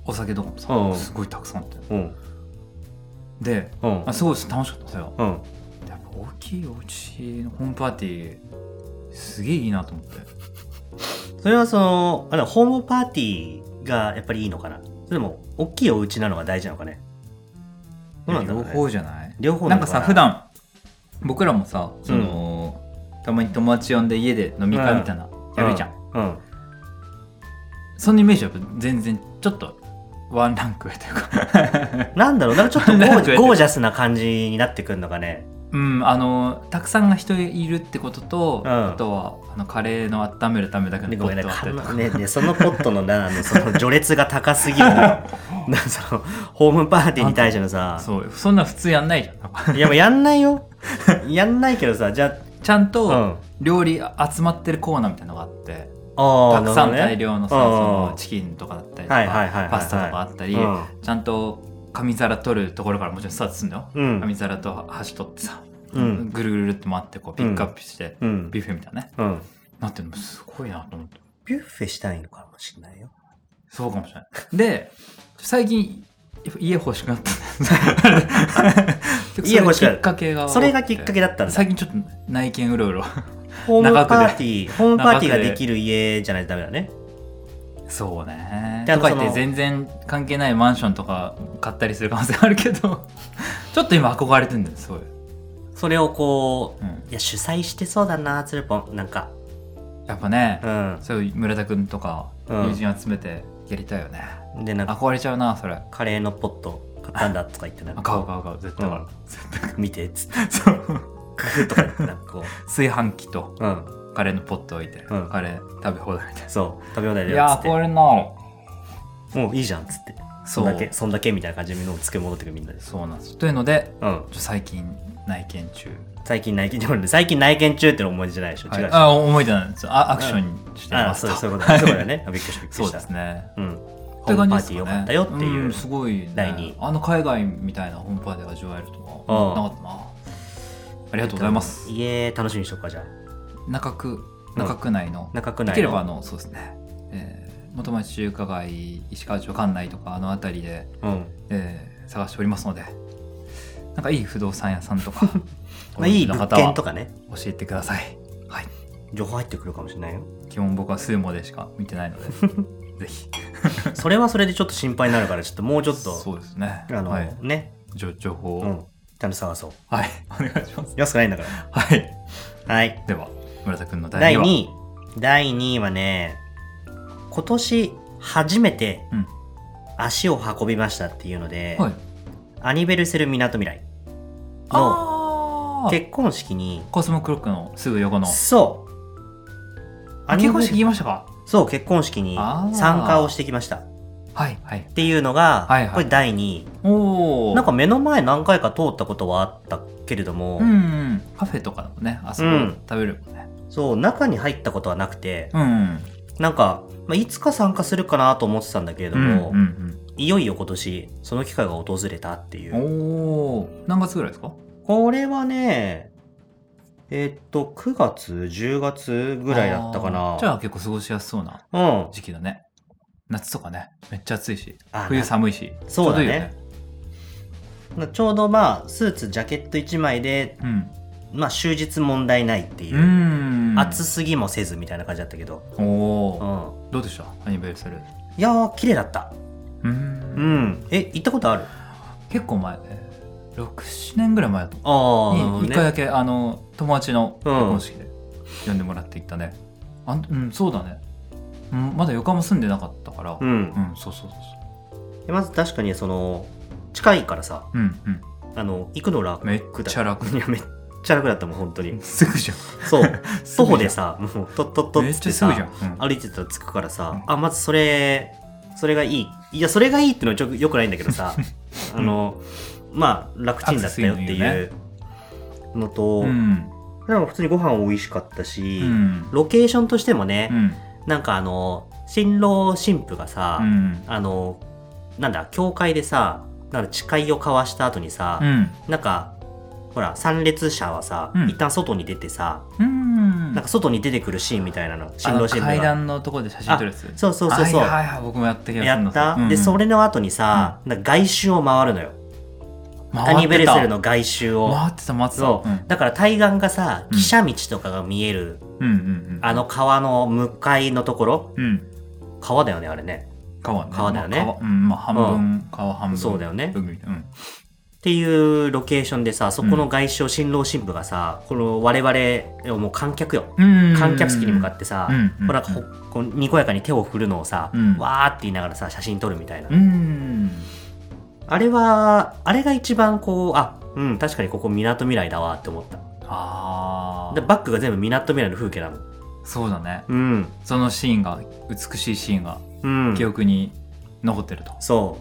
Speaker 2: お酒とかもさ、
Speaker 1: うん
Speaker 2: すごいたくさんあって
Speaker 1: うん
Speaker 2: で
Speaker 1: うん
Speaker 2: あすごい楽しかったそれは
Speaker 1: うん
Speaker 2: やっぱ大きいお家のホームパーティーすげえいいなと思って
Speaker 1: それはそのあれホームパーティーがやっぱりいいのかなそれでも大きいお家なのが大事なのかねそうなんだろ
Speaker 2: 両
Speaker 1: うね
Speaker 2: 方じゃない
Speaker 1: 両方な
Speaker 2: な
Speaker 1: んの
Speaker 2: か
Speaker 1: か
Speaker 2: さ普段僕らもさその、たまに友達呼んで家で飲み会みたいなやるじゃん、
Speaker 1: うん
Speaker 2: そのイメージはやっぱ全然ちょっとワンランク上という か
Speaker 1: なんだろうなんかちょっとゴ
Speaker 2: なんか
Speaker 1: ー
Speaker 2: ね
Speaker 1: ゴージャスな感じになってくるのかね
Speaker 2: うんあのたくさんが人いるってことと、
Speaker 1: うん
Speaker 2: あとはあのカレーの温めるためだけ
Speaker 1: ね
Speaker 2: の
Speaker 1: ご
Speaker 2: ポ
Speaker 1: めん
Speaker 2: ッ
Speaker 1: ね
Speaker 2: トあったりとか、
Speaker 1: ねねそのポットのなあのその序列が高すぎ るのよなそのホームパーティーに対してのさ
Speaker 2: そうそんな普通やんないじゃん
Speaker 1: いやもうやんない よやんないけどさじゃ
Speaker 2: ちゃん
Speaker 1: あ、うん、
Speaker 2: と
Speaker 1: あ
Speaker 2: 料理集まってるコーナーみたいなのがあって、
Speaker 1: ー
Speaker 2: たくさ
Speaker 1: なるほど
Speaker 2: ん
Speaker 1: ね
Speaker 2: 大量のさ、
Speaker 1: うん
Speaker 2: そのチキンとかだったりとか、
Speaker 1: はいはいはいはいはい
Speaker 2: パスタとかあったり、
Speaker 1: うん
Speaker 2: ちゃんと紙皿取るところからもちろんスタートするのよ、
Speaker 1: うん
Speaker 2: 紙皿と箸取ってさ、
Speaker 1: うん
Speaker 2: ぐるぐるぐるって回ってこうピックアップして、
Speaker 1: うん
Speaker 2: ビュッフェみたいなね
Speaker 1: うん
Speaker 2: なってるのもすごいなと思って
Speaker 1: ビュッフェしたいのかもしれないよ
Speaker 2: そうかもしれないで最近家欲しくな ったんだ
Speaker 1: 家欲しくなる
Speaker 2: きっかけが
Speaker 1: それがきっかけだったんだ
Speaker 2: 最近ちょっと内見うろうろ
Speaker 1: ホーム
Speaker 2: 長く
Speaker 1: パ
Speaker 2: で
Speaker 1: ーティーホームパーティーが
Speaker 2: 長くで
Speaker 1: できる家じゃないとダメだね
Speaker 2: そうね
Speaker 1: であと
Speaker 2: とか言っ
Speaker 1: その
Speaker 2: て全然関係ないマンションとか買ったりする可能性あるけどちょっと今憧れてるんだよすごい、
Speaker 1: それをこう、
Speaker 2: うん
Speaker 1: いや主催してそうだなつるぽんなんか
Speaker 2: やっぱね、
Speaker 1: う
Speaker 2: そういう村田君とか
Speaker 1: うん
Speaker 2: 友人集めてやりたいよね、
Speaker 1: んでなんか
Speaker 2: 憧れちゃうなそれ
Speaker 1: カレーのポット買ったんだとか言ってなん
Speaker 2: あ
Speaker 1: か
Speaker 2: 買う買う買う絶対買う、
Speaker 1: うん見てっつって
Speaker 2: そう
Speaker 1: グーとか言ってなんかこ
Speaker 2: 炊飯器と
Speaker 1: ううん
Speaker 2: カレーのポット置いて、
Speaker 1: うん
Speaker 2: カレー食べ放題みたいな
Speaker 1: そう食べ放題
Speaker 2: い
Speaker 1: だよ
Speaker 2: や
Speaker 1: っつ
Speaker 2: ー
Speaker 1: っ
Speaker 2: これな
Speaker 1: てもういいじゃんっつって
Speaker 2: そ
Speaker 1: そううそんだけそんだけみたいな感じでみんなもつけ戻ってくるみんなです
Speaker 2: そうなんですというので
Speaker 1: うん
Speaker 2: ちょ最近内見中、
Speaker 1: 最近内見 でも最近内見中っての思い出じゃないでしょ、
Speaker 2: はい
Speaker 1: 違うでしょ
Speaker 2: あ覚えてないんですよあアクションして
Speaker 1: あ
Speaker 2: ま
Speaker 1: あ
Speaker 2: す
Speaker 1: そ
Speaker 2: と
Speaker 1: うそういうことだそういうことだねあびっくりしたびっくり
Speaker 2: そう
Speaker 1: した
Speaker 2: ですね
Speaker 1: うんホ
Speaker 2: ホ
Speaker 1: ー
Speaker 2: ーム
Speaker 1: ム
Speaker 2: パ
Speaker 1: パー
Speaker 2: ーテ
Speaker 1: テ
Speaker 2: ィ
Speaker 1: ィー
Speaker 2: ー良
Speaker 1: 良
Speaker 2: か
Speaker 1: か
Speaker 2: っ
Speaker 1: ったた
Speaker 2: よ
Speaker 1: よ
Speaker 2: っ
Speaker 1: ってて
Speaker 2: い、
Speaker 1: いうう
Speaker 2: すごいね
Speaker 1: 第二
Speaker 2: あの海外みたいなホームパーティーが味わえるとは
Speaker 1: うん
Speaker 2: なかったなありがとうございます
Speaker 1: 家楽しみにしとくかじゃあ
Speaker 2: 中区中区内の、
Speaker 1: 中く
Speaker 2: で
Speaker 1: ない
Speaker 2: きればあのそうですね、えー、元町中華街石川町管内とかあの辺りで、
Speaker 1: うん
Speaker 2: えー探しておりますのでなんかいい不動産屋さんとか
Speaker 1: まあ、いい物件と
Speaker 2: か
Speaker 1: かね
Speaker 2: 教えてくださいはい
Speaker 1: 情報入ってくるかもしれ ないよ
Speaker 2: 基本僕はスーモでしか見てないので ぜひ
Speaker 1: それはそれでちょっと心配になるからちょっともうちょっと
Speaker 2: そうですね
Speaker 1: あの、
Speaker 2: はい、
Speaker 1: ね
Speaker 2: じょ情報を、
Speaker 1: うんちゃんと探そう
Speaker 2: はいお願いします
Speaker 1: 安くないんだから
Speaker 2: はい
Speaker 1: はい
Speaker 2: では村田君の第
Speaker 1: 第
Speaker 2: 2話
Speaker 1: 2位第2位はね今年初めて
Speaker 2: うん
Speaker 1: 足を運びましたっていうので、
Speaker 2: はい
Speaker 1: アニベルセルみなとみらいの
Speaker 2: あー
Speaker 1: 結婚式に
Speaker 2: コスモクロックのすぐ横の
Speaker 1: そうアニ
Speaker 2: 結
Speaker 1: ベ
Speaker 2: 婚
Speaker 1: ル
Speaker 2: 式言いましたか
Speaker 1: そう結婚式に
Speaker 2: あー
Speaker 1: 参加をしてきましたっ
Speaker 2: はいはい
Speaker 1: ていうのが、
Speaker 2: はいはい
Speaker 1: これ第2位
Speaker 2: おお
Speaker 1: なんか目の前何回か通ったことはあったけれども、
Speaker 2: うんうんカフェとかでもねあそこ
Speaker 1: うん
Speaker 2: 食べるもんね
Speaker 1: そう中に入ったことはなくて、
Speaker 2: うんうん
Speaker 1: なんか、まあ、いつか参加するかなと思ってたんだけれども、
Speaker 2: うん
Speaker 1: いよいよ今年その機会が訪れたってい
Speaker 2: うん
Speaker 1: う
Speaker 2: おお何月ぐらいですか
Speaker 1: これはねえーっと9月10月ぐらいだったか
Speaker 2: あ
Speaker 1: な
Speaker 2: ーじゃあ結構過ごしやすそうな
Speaker 1: うん
Speaker 2: 時期だね夏とかねめっちゃ暑いし
Speaker 1: あ
Speaker 2: 冬
Speaker 1: な
Speaker 2: 寒いし
Speaker 1: そうだね
Speaker 2: ちょどいいよ
Speaker 1: まあちょうどまあスーツジャケット1枚で
Speaker 2: うん
Speaker 1: まあ終日問題ないっていうう、
Speaker 2: ん
Speaker 1: 暑すぎもせずみたいな感じだったけど、
Speaker 2: お
Speaker 1: う
Speaker 2: お
Speaker 1: ん、
Speaker 2: どうでしたアニベーサル
Speaker 1: いやー綺麗だった
Speaker 2: う
Speaker 1: うんんえ行ったことある
Speaker 2: 結構前ね67年ぐらい前だと
Speaker 1: ああ
Speaker 2: 思うに一回だけあの友達の結婚式で呼んでもらって行ったねあんうんそうだねうんまだ横浜住んでなかったから
Speaker 1: う、
Speaker 2: うんそうそうそうそ
Speaker 1: でまず確かにその近いからさ
Speaker 2: ううんうん
Speaker 1: あの行くの楽だ
Speaker 2: めっちゃ楽
Speaker 1: いやめっちゃ楽だったもん本当に
Speaker 2: すぐじゃん
Speaker 1: そう
Speaker 2: す
Speaker 1: 徒
Speaker 2: ぐ
Speaker 1: 歩
Speaker 2: じゃん
Speaker 1: で さもうとっとっとっ
Speaker 2: めっ
Speaker 1: つっ
Speaker 2: ちゃ
Speaker 1: て
Speaker 2: すぐじゃ
Speaker 1: さ
Speaker 2: ん、うん
Speaker 1: 歩いてたら着くからさあまずそれそれがいいいやそれがいいってのはちょよくないんだけど さあのまあ楽ちんだったよっていうのと、
Speaker 2: うん
Speaker 1: でも普通にご飯美味しかったし、
Speaker 2: うん
Speaker 1: ロケーションとしてもね、
Speaker 2: うん
Speaker 1: なんかあの新郎新婦がさ、
Speaker 2: うん
Speaker 1: あのなんだ教会でさなんか誓いを交わした後にさ、
Speaker 2: うん
Speaker 1: なんかほら参列者はさ、
Speaker 2: うん
Speaker 1: 一旦外に出てさ、
Speaker 2: うん
Speaker 1: なんか外に出てくるシーンみたいなの新
Speaker 2: あの
Speaker 1: 郎新婦
Speaker 2: 階
Speaker 1: が
Speaker 2: 段のとこで写真撮るやつ
Speaker 1: そうそうそうそう、
Speaker 2: はいはいはい僕もやった気がする
Speaker 1: や
Speaker 2: の
Speaker 1: った、
Speaker 2: うん
Speaker 1: でそれの後にさ、なんか外周を回るのよ
Speaker 2: 回って
Speaker 1: ア
Speaker 2: た
Speaker 1: ニベルセルの外周を
Speaker 2: 回ってた回ってた
Speaker 1: そう、
Speaker 2: ん
Speaker 1: だから対岸がさ
Speaker 2: うん
Speaker 1: 汽車道とかが見える、
Speaker 2: うんうんうん
Speaker 1: あの川の向かいのところ
Speaker 2: うん
Speaker 1: 川だよねあれね
Speaker 2: 川ね
Speaker 1: 川だよね
Speaker 2: まあ川うんまあ半
Speaker 1: う
Speaker 2: 分川半分
Speaker 1: そうだよね
Speaker 2: 海みたいなうん
Speaker 1: っていうロケーションでさそこの外相新郎新婦がさ、この我々もう観客よ、
Speaker 2: うん
Speaker 1: 観客席に向かってさ、
Speaker 2: うんうん
Speaker 1: ほらほこうにこやかに手を振るのをさ、
Speaker 2: うん
Speaker 1: わーって言いながらさ写真撮るみたいな、
Speaker 2: うん
Speaker 1: あれはあれが一番こうあうん確かにここみなとみらいだわって思った
Speaker 2: あ
Speaker 1: で
Speaker 2: あ
Speaker 1: バックが全部みなとみらいの風景なの
Speaker 2: そうだね
Speaker 1: うん
Speaker 2: そのシーンが美しいシーンが
Speaker 1: うん
Speaker 2: 記憶に残ってると
Speaker 1: そ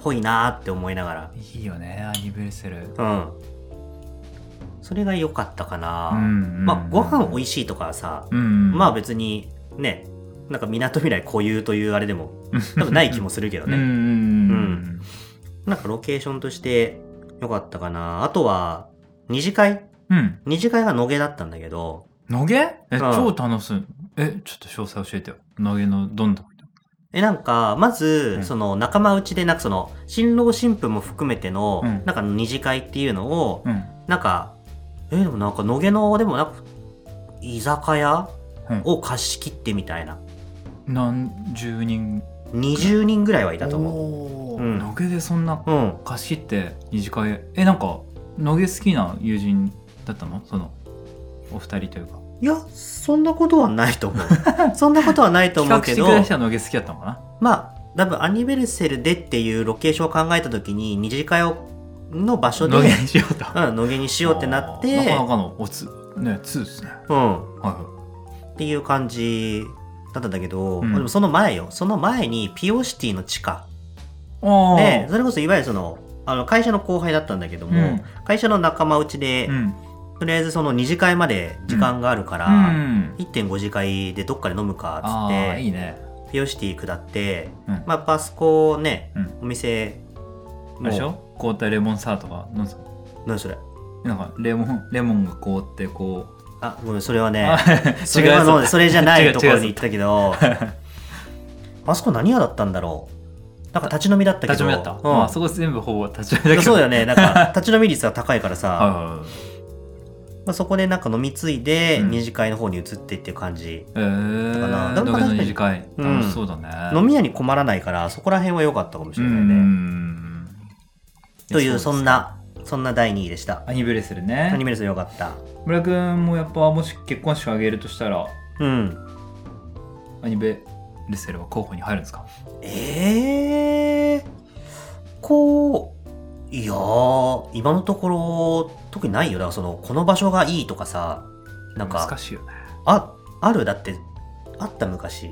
Speaker 1: うぽいなーって思いなが
Speaker 2: いいよねアニベルセル
Speaker 1: らうんそれが良かったかな、
Speaker 2: うん
Speaker 1: まあご飯美味
Speaker 2: しい
Speaker 1: しいとかはさま
Speaker 2: ま
Speaker 1: あ別にねなんかみなとみらい固有というあれでも多分ない気もするけど
Speaker 2: うんう
Speaker 1: ね、
Speaker 2: ん
Speaker 1: なんかロケーションとして良かったかなあとは二次会
Speaker 2: うんうん
Speaker 1: 二次会が野毛だったんだけど
Speaker 2: 野毛え
Speaker 1: ん
Speaker 2: 超楽しいえちょっと詳細教えてよ野毛のどんどん
Speaker 1: えなんかまず、
Speaker 2: うん
Speaker 1: その仲間内でなんかその新郎新婦も含めての、
Speaker 2: うん
Speaker 1: なんか二次会っていうのを、
Speaker 2: うん
Speaker 1: なんかえでもなんか野毛のでもなんか居酒屋
Speaker 2: うん
Speaker 1: を貸し切ってみたいな
Speaker 2: 何十人
Speaker 1: 20人ぐらいはいたと思うう
Speaker 2: 思うん野毛でそんな
Speaker 1: うん
Speaker 2: 貸し切って二次会えなんか野毛好きな友人だったのそのお二人というか
Speaker 1: いやそんなことはないと思 うそんなことはないと思う
Speaker 2: 企画
Speaker 1: け
Speaker 2: して
Speaker 1: ど
Speaker 2: くれた人は野毛好きだったのかな
Speaker 1: まあ多分アニベルセルでっていうロケーションを考えた時に二次会をの場所で
Speaker 2: 野毛にしようと
Speaker 1: うん、野毛にしようってなっ
Speaker 2: あ
Speaker 1: て
Speaker 2: ーなかなかのおつねツーですね
Speaker 1: うん
Speaker 2: は
Speaker 1: っていう感じだったんだけど、
Speaker 2: うん
Speaker 1: でもその前よその前にピオシティの地下
Speaker 2: いはい
Speaker 1: で
Speaker 2: あ
Speaker 1: それこそいわゆるそのあの会社の後輩だったんだけども、
Speaker 2: うん
Speaker 1: 会社の仲間内で、
Speaker 2: ーうん
Speaker 1: とりあえずその二次会まで時間があるから、
Speaker 2: うん
Speaker 1: 1.5次会でどっかで飲むかっ
Speaker 2: あ
Speaker 1: つっ
Speaker 2: ー
Speaker 1: て
Speaker 2: いいね
Speaker 1: ピオシティ下って、
Speaker 2: うん
Speaker 1: まあ、パスコね、
Speaker 2: うん
Speaker 1: お店
Speaker 2: あれでしょ凍ったレモンサワーとか飲んだ
Speaker 1: 何それ
Speaker 2: なんかレモンレモンが凍ってこう
Speaker 1: あごめんそれはね
Speaker 2: あ
Speaker 1: それは
Speaker 2: 違う
Speaker 1: 飲ん
Speaker 2: や
Speaker 1: で
Speaker 2: つ
Speaker 1: それじゃな
Speaker 2: 違う
Speaker 1: いところに
Speaker 2: 違う
Speaker 1: 行ったけど あそこ何屋だったんだろうなんか立ち飲みだったけど
Speaker 2: 立ち飲みだった、
Speaker 1: うん
Speaker 2: あそこ全部ほぼ立ち飲みだけど
Speaker 1: そうだよねなんか立ち飲み率が高いからさ、
Speaker 2: はいはいはい
Speaker 1: まあ、そこでなんか飲み継いで
Speaker 2: うん
Speaker 1: 二次会の方に移ってっていう感じ、
Speaker 2: えー、
Speaker 1: だから
Speaker 2: 飲みの二次会
Speaker 1: うん
Speaker 2: 楽しそうだね、
Speaker 1: 飲み屋に困らないからそこら辺は良かったかもし
Speaker 2: う
Speaker 1: れ
Speaker 2: ん
Speaker 1: ないね、というそ
Speaker 2: うん
Speaker 1: なそんな第2位でした
Speaker 2: アニベレスで
Speaker 1: アニ
Speaker 2: ね
Speaker 1: メレス良かった
Speaker 2: 村君もやっぱもし結婚式を挙げるとしたら
Speaker 1: うん
Speaker 2: アニベレセルは候補に入るんですか
Speaker 1: ええこういやー今のところ特にないよだからそのこの場所がいいとかさなん
Speaker 2: 難
Speaker 1: か
Speaker 2: しいよね
Speaker 1: ああるだってあった昔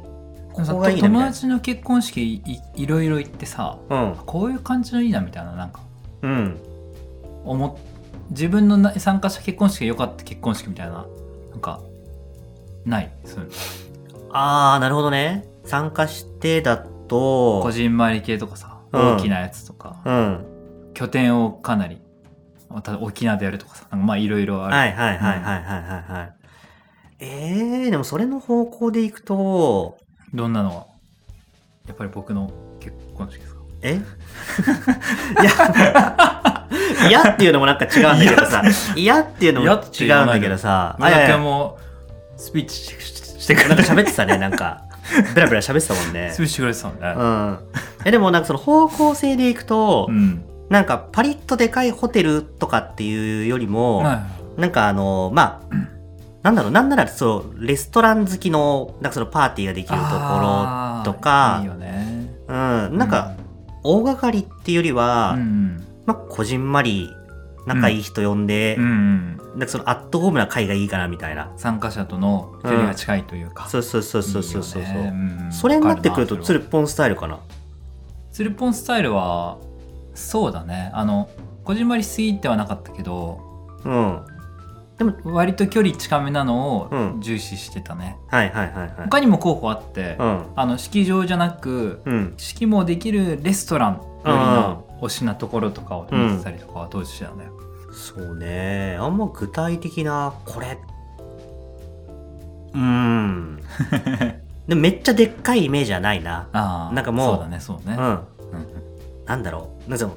Speaker 1: こ
Speaker 2: さ
Speaker 1: こがいいなみ
Speaker 2: 友
Speaker 1: たいな
Speaker 2: 達の結婚式いいいろいろ行ってさこういう感じのいいなみたいななんか
Speaker 1: うんうん
Speaker 2: 思っ自分のな参加した結婚式が良かった結婚式みたいななんかないそういうの
Speaker 1: ああなるほどね参加してだと
Speaker 2: こじんまり系とかさ
Speaker 1: うん
Speaker 2: 大きなやつとか、
Speaker 1: うん
Speaker 2: 拠点をかなりまた沖縄でやるとかさなんかまあいろいろある、
Speaker 1: はいはいはいはいはいはいはいえー、でもそれの方向でいくと
Speaker 2: どんなのがやっぱり僕の結婚式ですか
Speaker 1: え いや、嫌っていうのもなんか違うんだけどさ、嫌っていうのも違うんだけどさ、あいや
Speaker 2: 村
Speaker 1: いや
Speaker 2: 君もスピーチしししてく
Speaker 1: なんか
Speaker 2: れて
Speaker 1: 喋ってたね、なんか、ブラブラ喋ってたもんね
Speaker 2: ス。ピーチしてくれてたもんね
Speaker 1: うん。えでもなんかその方向性でいくと、
Speaker 2: うん、
Speaker 1: なんかパリッとでかいホテルとかっていうよりも、
Speaker 2: はいはい
Speaker 1: なんかあの、まあ、なんだろう、なんならそう、レストラン好きの、なんかそのパーティーができるとこ
Speaker 2: あー
Speaker 1: とか
Speaker 2: いいよね
Speaker 1: ろ、うん、なんか、大掛かりっていうよりは、
Speaker 2: うんうん
Speaker 1: まあ、こじんまり仲いい人呼んで、
Speaker 2: うんうん
Speaker 1: なんかそのアットホームな会がいいかなみたいな
Speaker 2: 参加者との距離が近いというか、
Speaker 1: そうそうそうそうそうそう
Speaker 2: いいよねうん
Speaker 1: それになってくると
Speaker 2: わか
Speaker 1: つ
Speaker 2: な
Speaker 1: るっぽんスタイルかな
Speaker 2: つるぽんスタイルはそうだねあのこじんまりしすぎてはなかったけど
Speaker 1: うんはい
Speaker 2: 割と距離近めなのを
Speaker 1: うん
Speaker 2: 重視してたね、
Speaker 1: はいはいはい
Speaker 2: 他にも候補あって、
Speaker 1: うん
Speaker 2: あの式場じゃなく
Speaker 1: うん
Speaker 2: 式もできるレストランよりの推しなところとかを見てたりとかは当時してたね、
Speaker 1: そうねあんま具体的なこれうーん でもめっちゃでっかいイメージはないな
Speaker 2: ああ
Speaker 1: なんかもう
Speaker 2: そうだねそうね、
Speaker 1: うん
Speaker 2: うん
Speaker 1: なんだろうなんかその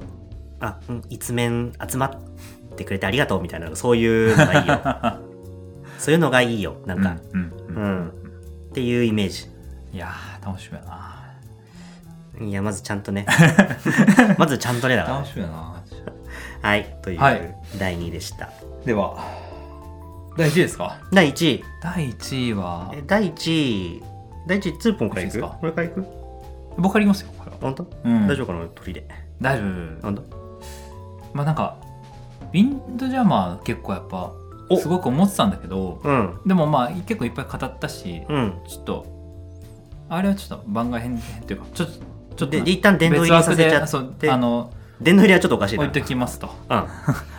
Speaker 1: あ、うん、一面集まってくれてありがとうみたいなそういうのがいいよそういうのがいいよなんか、
Speaker 2: うんうんうん
Speaker 1: っていうイメージ
Speaker 2: いやー楽しみやない
Speaker 1: やまずちゃんと ねまずちゃんとねだから
Speaker 2: 楽しみやな
Speaker 1: はいという
Speaker 2: はい
Speaker 1: 第2位でした、
Speaker 2: では第1位ですか
Speaker 1: 第1位
Speaker 2: 第1位は
Speaker 1: え第1位第1位ツーポンからい
Speaker 2: いい
Speaker 1: く
Speaker 2: ですか
Speaker 1: これからいく
Speaker 2: 僕からいきますよこれは、
Speaker 1: 本当、
Speaker 2: うん、
Speaker 1: 大丈夫かな鳥で
Speaker 2: 大丈夫
Speaker 1: 本当
Speaker 2: まあなんかウィンドジャーマー結構やっぱ
Speaker 1: お
Speaker 2: すごく思ってたんだけど
Speaker 1: うん
Speaker 2: でもまあ結構いっぱい語ったし
Speaker 1: うん
Speaker 2: ちょっとあれはちょっと番外編っていうかちょっとちょっと
Speaker 1: で一旦殿堂
Speaker 2: 別
Speaker 1: 入りさ
Speaker 2: 枠
Speaker 1: せち
Speaker 2: で
Speaker 1: ゃ
Speaker 2: あそ
Speaker 1: っ
Speaker 2: う
Speaker 1: て
Speaker 2: あの
Speaker 1: 殿堂入りはちょっとおかしい
Speaker 2: 置
Speaker 1: ない
Speaker 2: ときますと
Speaker 1: う
Speaker 2: あ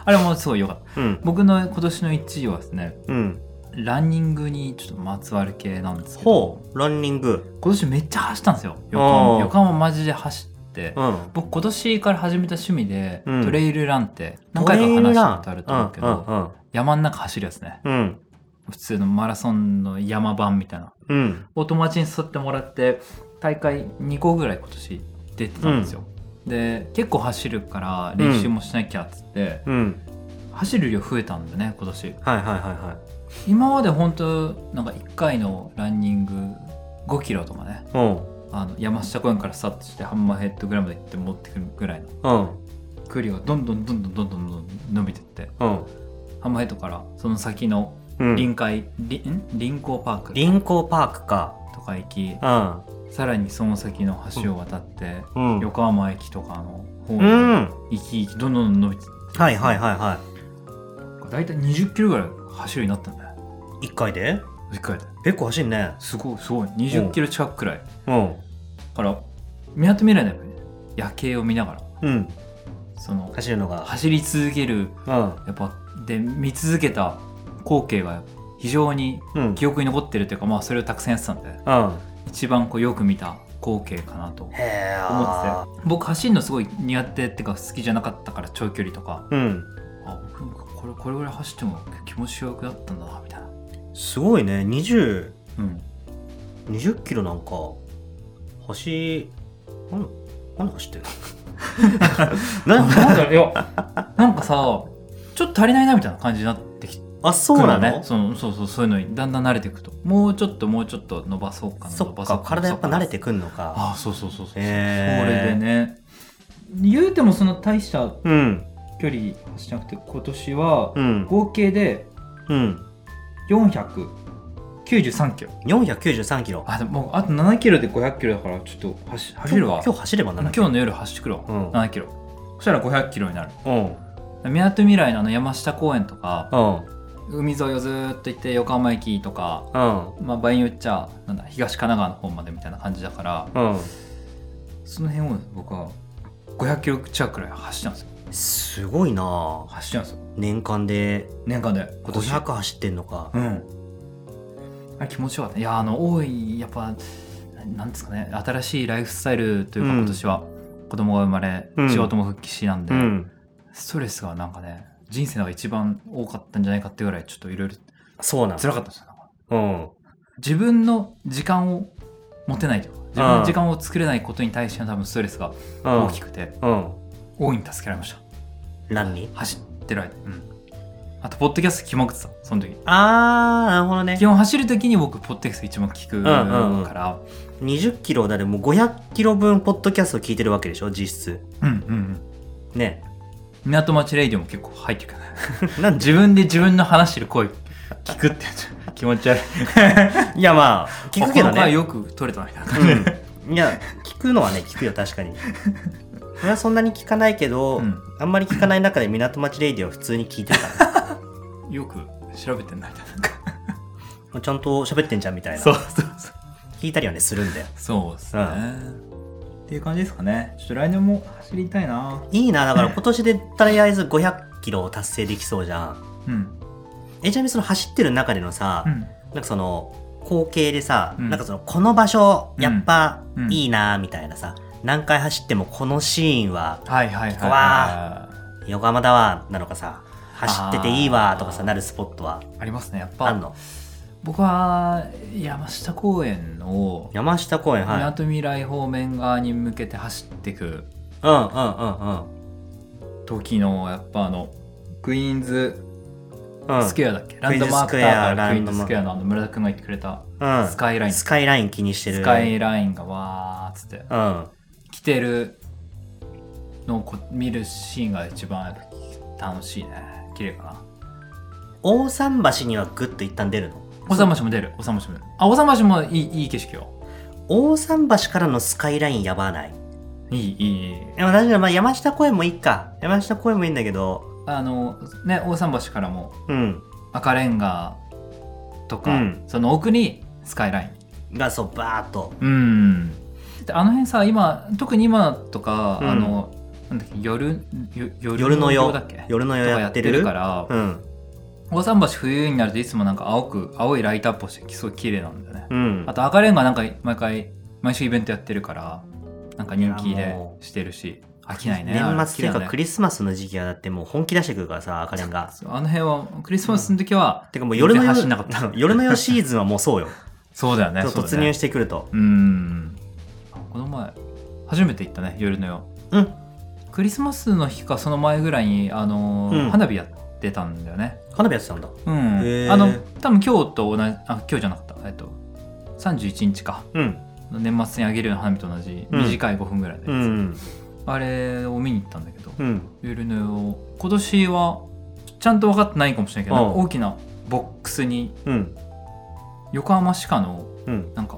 Speaker 2: れもすごい良かった
Speaker 1: んうん
Speaker 2: 僕の今年の1位はですね
Speaker 1: うん
Speaker 2: ランニングにちょっとまつわる系なんですけど
Speaker 1: ほうランニング
Speaker 2: 今年めっちゃ走ったんですよ予
Speaker 1: お
Speaker 2: 感
Speaker 1: ー
Speaker 2: 予感をマジで走って
Speaker 1: うん
Speaker 2: 僕今年から始めた趣味で、
Speaker 1: うん
Speaker 2: トレイルランって何回か話したことあると思うけど、
Speaker 1: うん
Speaker 2: 山の中走るやつね
Speaker 1: うんうん
Speaker 2: 普通のマラソンの山版みたいな
Speaker 1: うん
Speaker 2: お友達に誘ってもらって大会2個ぐらい今年出てたんですよ、で結構走るから練習もしなきゃっつって、
Speaker 1: うん
Speaker 2: 走る量増えたんでね今年
Speaker 1: はいはいはいは
Speaker 2: 今まで本当なんか1回のランニング5キロとかね
Speaker 1: いうん
Speaker 2: あの山下公園からスタートしてハンマーヘッドぐらいまで行って持ってくるぐらいの
Speaker 1: うん
Speaker 2: 距離がどんどんどんどんどんどんどん伸びてって
Speaker 1: うん
Speaker 2: ハンマーヘッドからその先の
Speaker 1: うん
Speaker 2: 臨海、りん臨港パーク
Speaker 1: 臨港パークか
Speaker 2: とか行き
Speaker 1: う
Speaker 2: さらにその先の橋を渡って、
Speaker 1: んうん
Speaker 2: 横浜駅とかの方に
Speaker 1: うん
Speaker 2: 行き行きどんどん伸びてって
Speaker 1: はいはいはいは
Speaker 2: 大体2 0キロぐらい走るようになったんだよ
Speaker 1: い一回で
Speaker 2: 1回で
Speaker 1: 結構走んね
Speaker 2: すごいすごい2 0キロ近くくらい
Speaker 1: うん
Speaker 2: からみなとみらいだよね夜景を見ながら
Speaker 1: うん
Speaker 2: その
Speaker 1: 走るのが
Speaker 2: 走り続ける
Speaker 1: うん
Speaker 2: やっぱで見続けた光景が非常に
Speaker 1: うん
Speaker 2: 記憶に残ってるというかまあそれをたくさんやってたんで
Speaker 1: うん
Speaker 2: 一番こうよく見た光景かなと思って
Speaker 1: へえ
Speaker 2: て僕走るのすごい苦手っていうか好きじゃなかったから長距離とか
Speaker 1: うん
Speaker 2: あ僕これこれぐらい走っても気持ちよくなったんだなみたいな
Speaker 1: すごいね2020
Speaker 2: うん
Speaker 1: キロなんか走なん何走 ってる
Speaker 2: なん
Speaker 1: な
Speaker 2: かいやなんかさちょっと足りないなみたいな感じになってきて
Speaker 1: あそうなの
Speaker 2: ねそのそうそうそういうのにだんだん慣れていくともうちょっともうちょっと伸ばそうかな
Speaker 1: そ
Speaker 2: 伸
Speaker 1: っ
Speaker 2: ばそう
Speaker 1: か体やっぱ慣れてくんのか
Speaker 2: ああそうそうそうそう、
Speaker 1: へー
Speaker 2: それでね言うてもそんな大した
Speaker 1: うん
Speaker 2: 距離走らなくて今年は
Speaker 1: うん
Speaker 2: 合計で
Speaker 1: うん
Speaker 2: 493キロ
Speaker 1: 493キロ
Speaker 2: あでももうあと7キロで500キロだからちょっと走走るわ
Speaker 1: 今日走れば7キロ
Speaker 2: 今日の夜走ってくるわ、
Speaker 1: うん
Speaker 2: 7キロそしたら500キロになる
Speaker 1: うん
Speaker 2: みなとみらいのあの山下公園とか
Speaker 1: うん
Speaker 2: 海沿いをずーっと行って横浜駅とか、
Speaker 1: うん
Speaker 2: まあ、場合によっちゃなんだ東神奈川の方までみたいな感じだから
Speaker 1: うん
Speaker 2: その辺を僕は500キロ近くくらい走ったんですよ
Speaker 1: すごいなあ
Speaker 2: 走ったんですよ
Speaker 1: 年間で
Speaker 2: 年間で今年
Speaker 1: 500走ってんのか
Speaker 2: うんあれ気持ちよかったいやあの多いやっぱなんですかね新しいライフスタイルというか
Speaker 1: うん
Speaker 2: 今年は子供が生まれ、
Speaker 1: うん
Speaker 2: 仕事も復帰しなんで、
Speaker 1: うん
Speaker 2: ストレスがなんかね人生の中で一番多かったんじゃないかってぐらいちょっといろいろ
Speaker 1: そうなん
Speaker 2: 辛かったんですよなんか
Speaker 1: うん
Speaker 2: 自分の時間を持てないというか自分の時間を作れないことに対しての多分ストレスが
Speaker 1: うん
Speaker 2: 大きくて
Speaker 1: うん
Speaker 2: 大いに助けられました
Speaker 1: 何に
Speaker 2: 走ってる間うんあとポッドキャストキモくってたその時
Speaker 1: あーなるほどね
Speaker 2: 基本走る時に僕ポッドキャスト一番聞くから、
Speaker 1: うんうんうん20キロだでもう500キロ分ポッドキャスト聞いてるわけでしょ実質
Speaker 2: うんうんうん。
Speaker 1: ね
Speaker 2: 港町レイディオも結構入ってくる ね。
Speaker 1: なんで
Speaker 2: 自分で自分の話してる声聞くってや つ。気持ち悪い。
Speaker 1: いやまあ 聞くけど
Speaker 2: あこの声
Speaker 1: ね
Speaker 2: よく取れたなみたいな感じで。
Speaker 1: うんいや聞くのはね聞くよ確か に俺はそんなに聞かないけど、
Speaker 2: うん
Speaker 1: あんまり聞かない中で港町レイディオ普通に聞いて た
Speaker 2: よく調べてんなみたいななんか。
Speaker 1: ちゃんと喋ってんじゃんみたいな
Speaker 2: そうそうそう。
Speaker 1: 聞いたりはねするんだよ
Speaker 2: そうです
Speaker 1: う
Speaker 2: ね。っていう感じですかね。ちょっと来年も走りたいな。
Speaker 1: いいなだから今年でとりあえず500キロを達成できそうじゃん
Speaker 2: うん。
Speaker 1: えちなみにその走ってる中でのさ、
Speaker 2: うん。
Speaker 1: なんかその光景でさ、
Speaker 2: うん
Speaker 1: なんかそのこの場所やっぱ
Speaker 2: うん
Speaker 1: いいなみたいなさ、何回走ってもこのシーンは
Speaker 2: はいはいはい、
Speaker 1: ここは
Speaker 2: は
Speaker 1: 横浜だわなのかさ走ってていいわとか
Speaker 2: あ
Speaker 1: さ
Speaker 2: ー。
Speaker 1: なるスポットはい
Speaker 2: ありますね。やっ
Speaker 1: あ
Speaker 2: ぱ
Speaker 1: んの
Speaker 2: 僕は山下公園の
Speaker 1: 山下公園
Speaker 2: み
Speaker 1: はい
Speaker 2: なとみらい方面側に向けて走っていく
Speaker 1: うんうん
Speaker 2: 時のやっぱあのクイーンズ
Speaker 1: うんうんうん
Speaker 2: スクエアだっけ、ラ
Speaker 1: クイ
Speaker 2: ン
Speaker 1: ーン
Speaker 2: ド
Speaker 1: ズ
Speaker 2: マー
Speaker 1: ス
Speaker 2: ク
Speaker 1: ク
Speaker 2: タ
Speaker 1: エア
Speaker 2: ーからクイーンズ
Speaker 1: ランドマーク
Speaker 2: スクエアのあの村田君が言ってくれた
Speaker 1: うん
Speaker 2: スカイライン
Speaker 1: スカイライン気にしてる
Speaker 2: スカイラインがわーっつって
Speaker 1: うん
Speaker 2: 来てるのをこ見るシーンが一番楽しいね綺麗かな
Speaker 1: 大桟橋にはグッと一旦出るの
Speaker 2: おさましも出るおさましも出るあおさましもいいいい景色よ
Speaker 1: 大桟橋からのスカイラインやばない
Speaker 2: いいいいいい
Speaker 1: でも大丈夫まあ山下公園もいいか山下公園もいいんだけど
Speaker 2: あのね大桟橋からも
Speaker 1: うん
Speaker 2: 赤レンガと
Speaker 1: う
Speaker 2: か、
Speaker 1: ん
Speaker 2: その奥にスカイライン
Speaker 1: がそうバーっと
Speaker 2: うんであの辺さ今特に今とか、
Speaker 1: うん
Speaker 2: あのなんだっけ夜よ
Speaker 1: 夜の
Speaker 2: 夜
Speaker 1: 夜
Speaker 2: だっけ
Speaker 1: 夜の夜
Speaker 2: とか
Speaker 1: や
Speaker 2: やっ
Speaker 1: って
Speaker 2: て
Speaker 1: る
Speaker 2: るから、
Speaker 1: うん
Speaker 2: 大桟橋冬になるといつもなんか青く青いライトアップをしてすごい綺麗なんだよね、
Speaker 1: うん
Speaker 2: あと赤レンガなんか毎回毎週イベントやってるからなんか人気
Speaker 1: いや
Speaker 2: で
Speaker 1: も
Speaker 2: してるし飽きないね
Speaker 1: 年末っていう
Speaker 2: あれ
Speaker 1: か
Speaker 2: 好
Speaker 1: ク
Speaker 2: き
Speaker 1: リスマスの時期はだってもう本気出してくるからさ赤レン
Speaker 2: だ
Speaker 1: が
Speaker 2: ねそうあの辺はクリスマスの時は、
Speaker 1: てかもう夜の夜
Speaker 2: 全然走んなかった
Speaker 1: 夜の夜シーズンはもうそうよ
Speaker 2: そうだよね
Speaker 1: そう
Speaker 2: そうだ
Speaker 1: 突
Speaker 2: ね
Speaker 1: 入してくると
Speaker 2: うんこの前初めて行ったね夜の夜
Speaker 1: うん
Speaker 2: クリスマスの日かその前ぐらいに、あのー
Speaker 1: うん
Speaker 2: 花火やってたんだよね
Speaker 1: 花火やってたんだ
Speaker 2: うん
Speaker 1: へー
Speaker 2: あの多分今日と同じあ今日じゃなかったえっと31日か
Speaker 1: うん
Speaker 2: 年末にあげるような花火と同じ
Speaker 1: うん
Speaker 2: 短い5分ぐらいのやつ、
Speaker 1: うん
Speaker 2: あれを見に行ったんだけど、
Speaker 1: うん
Speaker 2: 夜の夜今年はちゃんと分かってないかもしれないけど、
Speaker 1: うん
Speaker 2: なんか大きなボックスに
Speaker 1: うん
Speaker 2: 横浜市下の
Speaker 1: うん
Speaker 2: なんか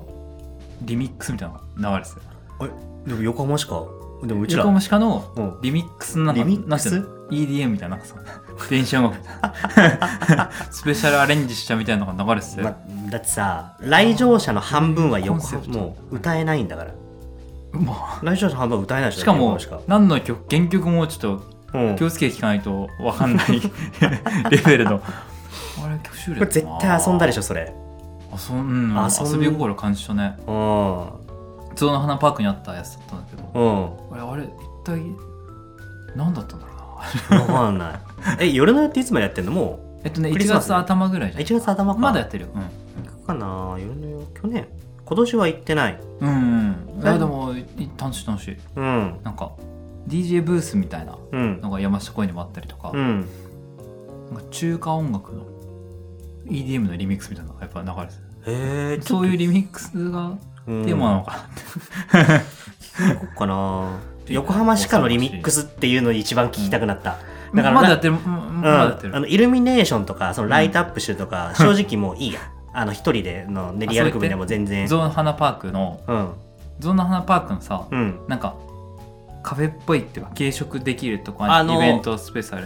Speaker 2: リミックスみたいなのが流れてたよ
Speaker 1: でも横浜しかでもうち
Speaker 2: 横
Speaker 1: ら
Speaker 2: 浜市下の
Speaker 1: うん
Speaker 2: リミックスなんか
Speaker 1: リミックス
Speaker 2: なんていうの EDM みたいななん かさ電子音楽みたいなスペシャルアレンジしたみたいなのが流れてて、
Speaker 1: まだってさ来場者の半分は横
Speaker 2: コンセプト
Speaker 1: もう歌えないんだから
Speaker 2: ま
Speaker 1: 来場者の半分は歌えないで
Speaker 2: あ
Speaker 1: しょ
Speaker 2: しかも
Speaker 1: 横浜
Speaker 2: 何の曲原曲もちょっ
Speaker 1: うん
Speaker 2: と気をつけて聞かないと分かんない レベル のあれ曲種類
Speaker 1: これ絶対遊んだでしょそれ
Speaker 2: あそうん、
Speaker 1: 遊
Speaker 2: 遊
Speaker 1: ん
Speaker 2: び心感じたね
Speaker 1: うん
Speaker 2: ゾウの花パークにあったやつだったんだけど
Speaker 1: うん
Speaker 2: あれあれ一体何だったんだろうな
Speaker 1: わかんないえ夜の夜っていつまでやってんのも
Speaker 2: えっとね
Speaker 1: クリ
Speaker 2: 1
Speaker 1: スマス
Speaker 2: 月頭ぐらいじ
Speaker 1: う
Speaker 2: ゃん
Speaker 1: 1月頭か
Speaker 2: まだやってるよ
Speaker 1: かな夜の夜去年今年は行ってない
Speaker 2: うん、うんうん、い
Speaker 1: だ
Speaker 2: や
Speaker 1: いぶ
Speaker 2: でもい楽しい楽しい
Speaker 1: うん
Speaker 2: なんか DJ ブースみたいな
Speaker 1: うん
Speaker 2: のが山下公園にもあったりとか,、
Speaker 1: うん
Speaker 2: なんか中華音楽の EDM のリミックスみたいなのがやっぱ流れてる
Speaker 1: へえ
Speaker 2: そういうリミックスが
Speaker 1: テ
Speaker 2: テーマなのかな、
Speaker 1: かな横浜市下のリミックスっていうのに一番聞きたくなった、だから
Speaker 2: まだやってる、うん
Speaker 1: うん、
Speaker 2: まだやってる
Speaker 1: あのイルミネーションとかそのライトアップしてるとか、正直もういいやあの一人での練り歩く分でも全然
Speaker 2: ゾウの花パークの
Speaker 1: うん
Speaker 2: ゾウの花パークのさ、
Speaker 1: うん
Speaker 2: なんかカフェっぽいっていうか軽食できるとこ
Speaker 1: あ
Speaker 2: ある
Speaker 1: の
Speaker 2: イベントスペースあれ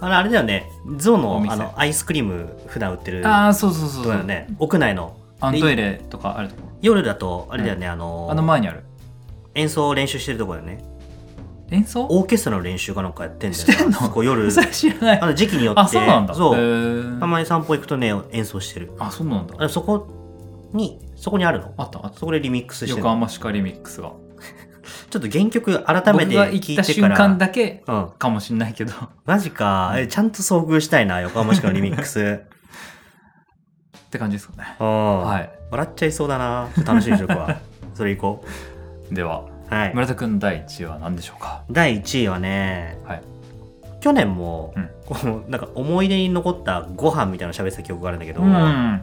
Speaker 1: あれあれだよねゾウ
Speaker 2: お
Speaker 1: の
Speaker 2: 店
Speaker 1: あのアイスクリーム普段売ってると
Speaker 2: ああそうそうそう
Speaker 1: こ
Speaker 2: そ
Speaker 1: だ
Speaker 2: う
Speaker 1: よね屋内の
Speaker 2: あの
Speaker 1: で
Speaker 2: トイレとかあるとこ
Speaker 1: 夜だとあれだよね、あの
Speaker 2: あの前にある
Speaker 1: 演奏を練習してるとこだよね
Speaker 2: 演奏
Speaker 1: オーケストラの練習かなんかやってんだよね
Speaker 2: してんの
Speaker 1: そこ夜
Speaker 2: それ知らない
Speaker 1: あの時期によって
Speaker 2: あそうなんだ
Speaker 1: そう
Speaker 2: へー
Speaker 1: たまに散歩行くとね演奏してる
Speaker 2: あそうなんだ
Speaker 1: あそこにそこにあるの
Speaker 2: あったあった
Speaker 1: そこでリミックスして
Speaker 2: 横
Speaker 1: るの
Speaker 2: 浜シカリミックスが
Speaker 1: ちょっと原曲改め
Speaker 2: 僕
Speaker 1: て
Speaker 2: が
Speaker 1: 聞
Speaker 2: 行
Speaker 1: い
Speaker 2: った
Speaker 1: て
Speaker 2: 瞬
Speaker 1: から
Speaker 2: 間だけ
Speaker 1: うん
Speaker 2: かもしんないけど っ
Speaker 1: マジかえちゃんと遭遇したいな横浜市のリミック スうん
Speaker 2: て感じですかね
Speaker 1: 笑
Speaker 2: はい
Speaker 1: っちゃいそうだなちょっと楽しいでしょこれ はそれ行こ
Speaker 2: では
Speaker 1: うはい
Speaker 2: 村田君の第1位は何でしょうか
Speaker 1: 第1位はね
Speaker 2: はい
Speaker 1: 去年も、
Speaker 2: うん
Speaker 1: こうなんか思い出に残ったご飯みたいなの喋ってた記憶があるんだけど、
Speaker 2: うんはい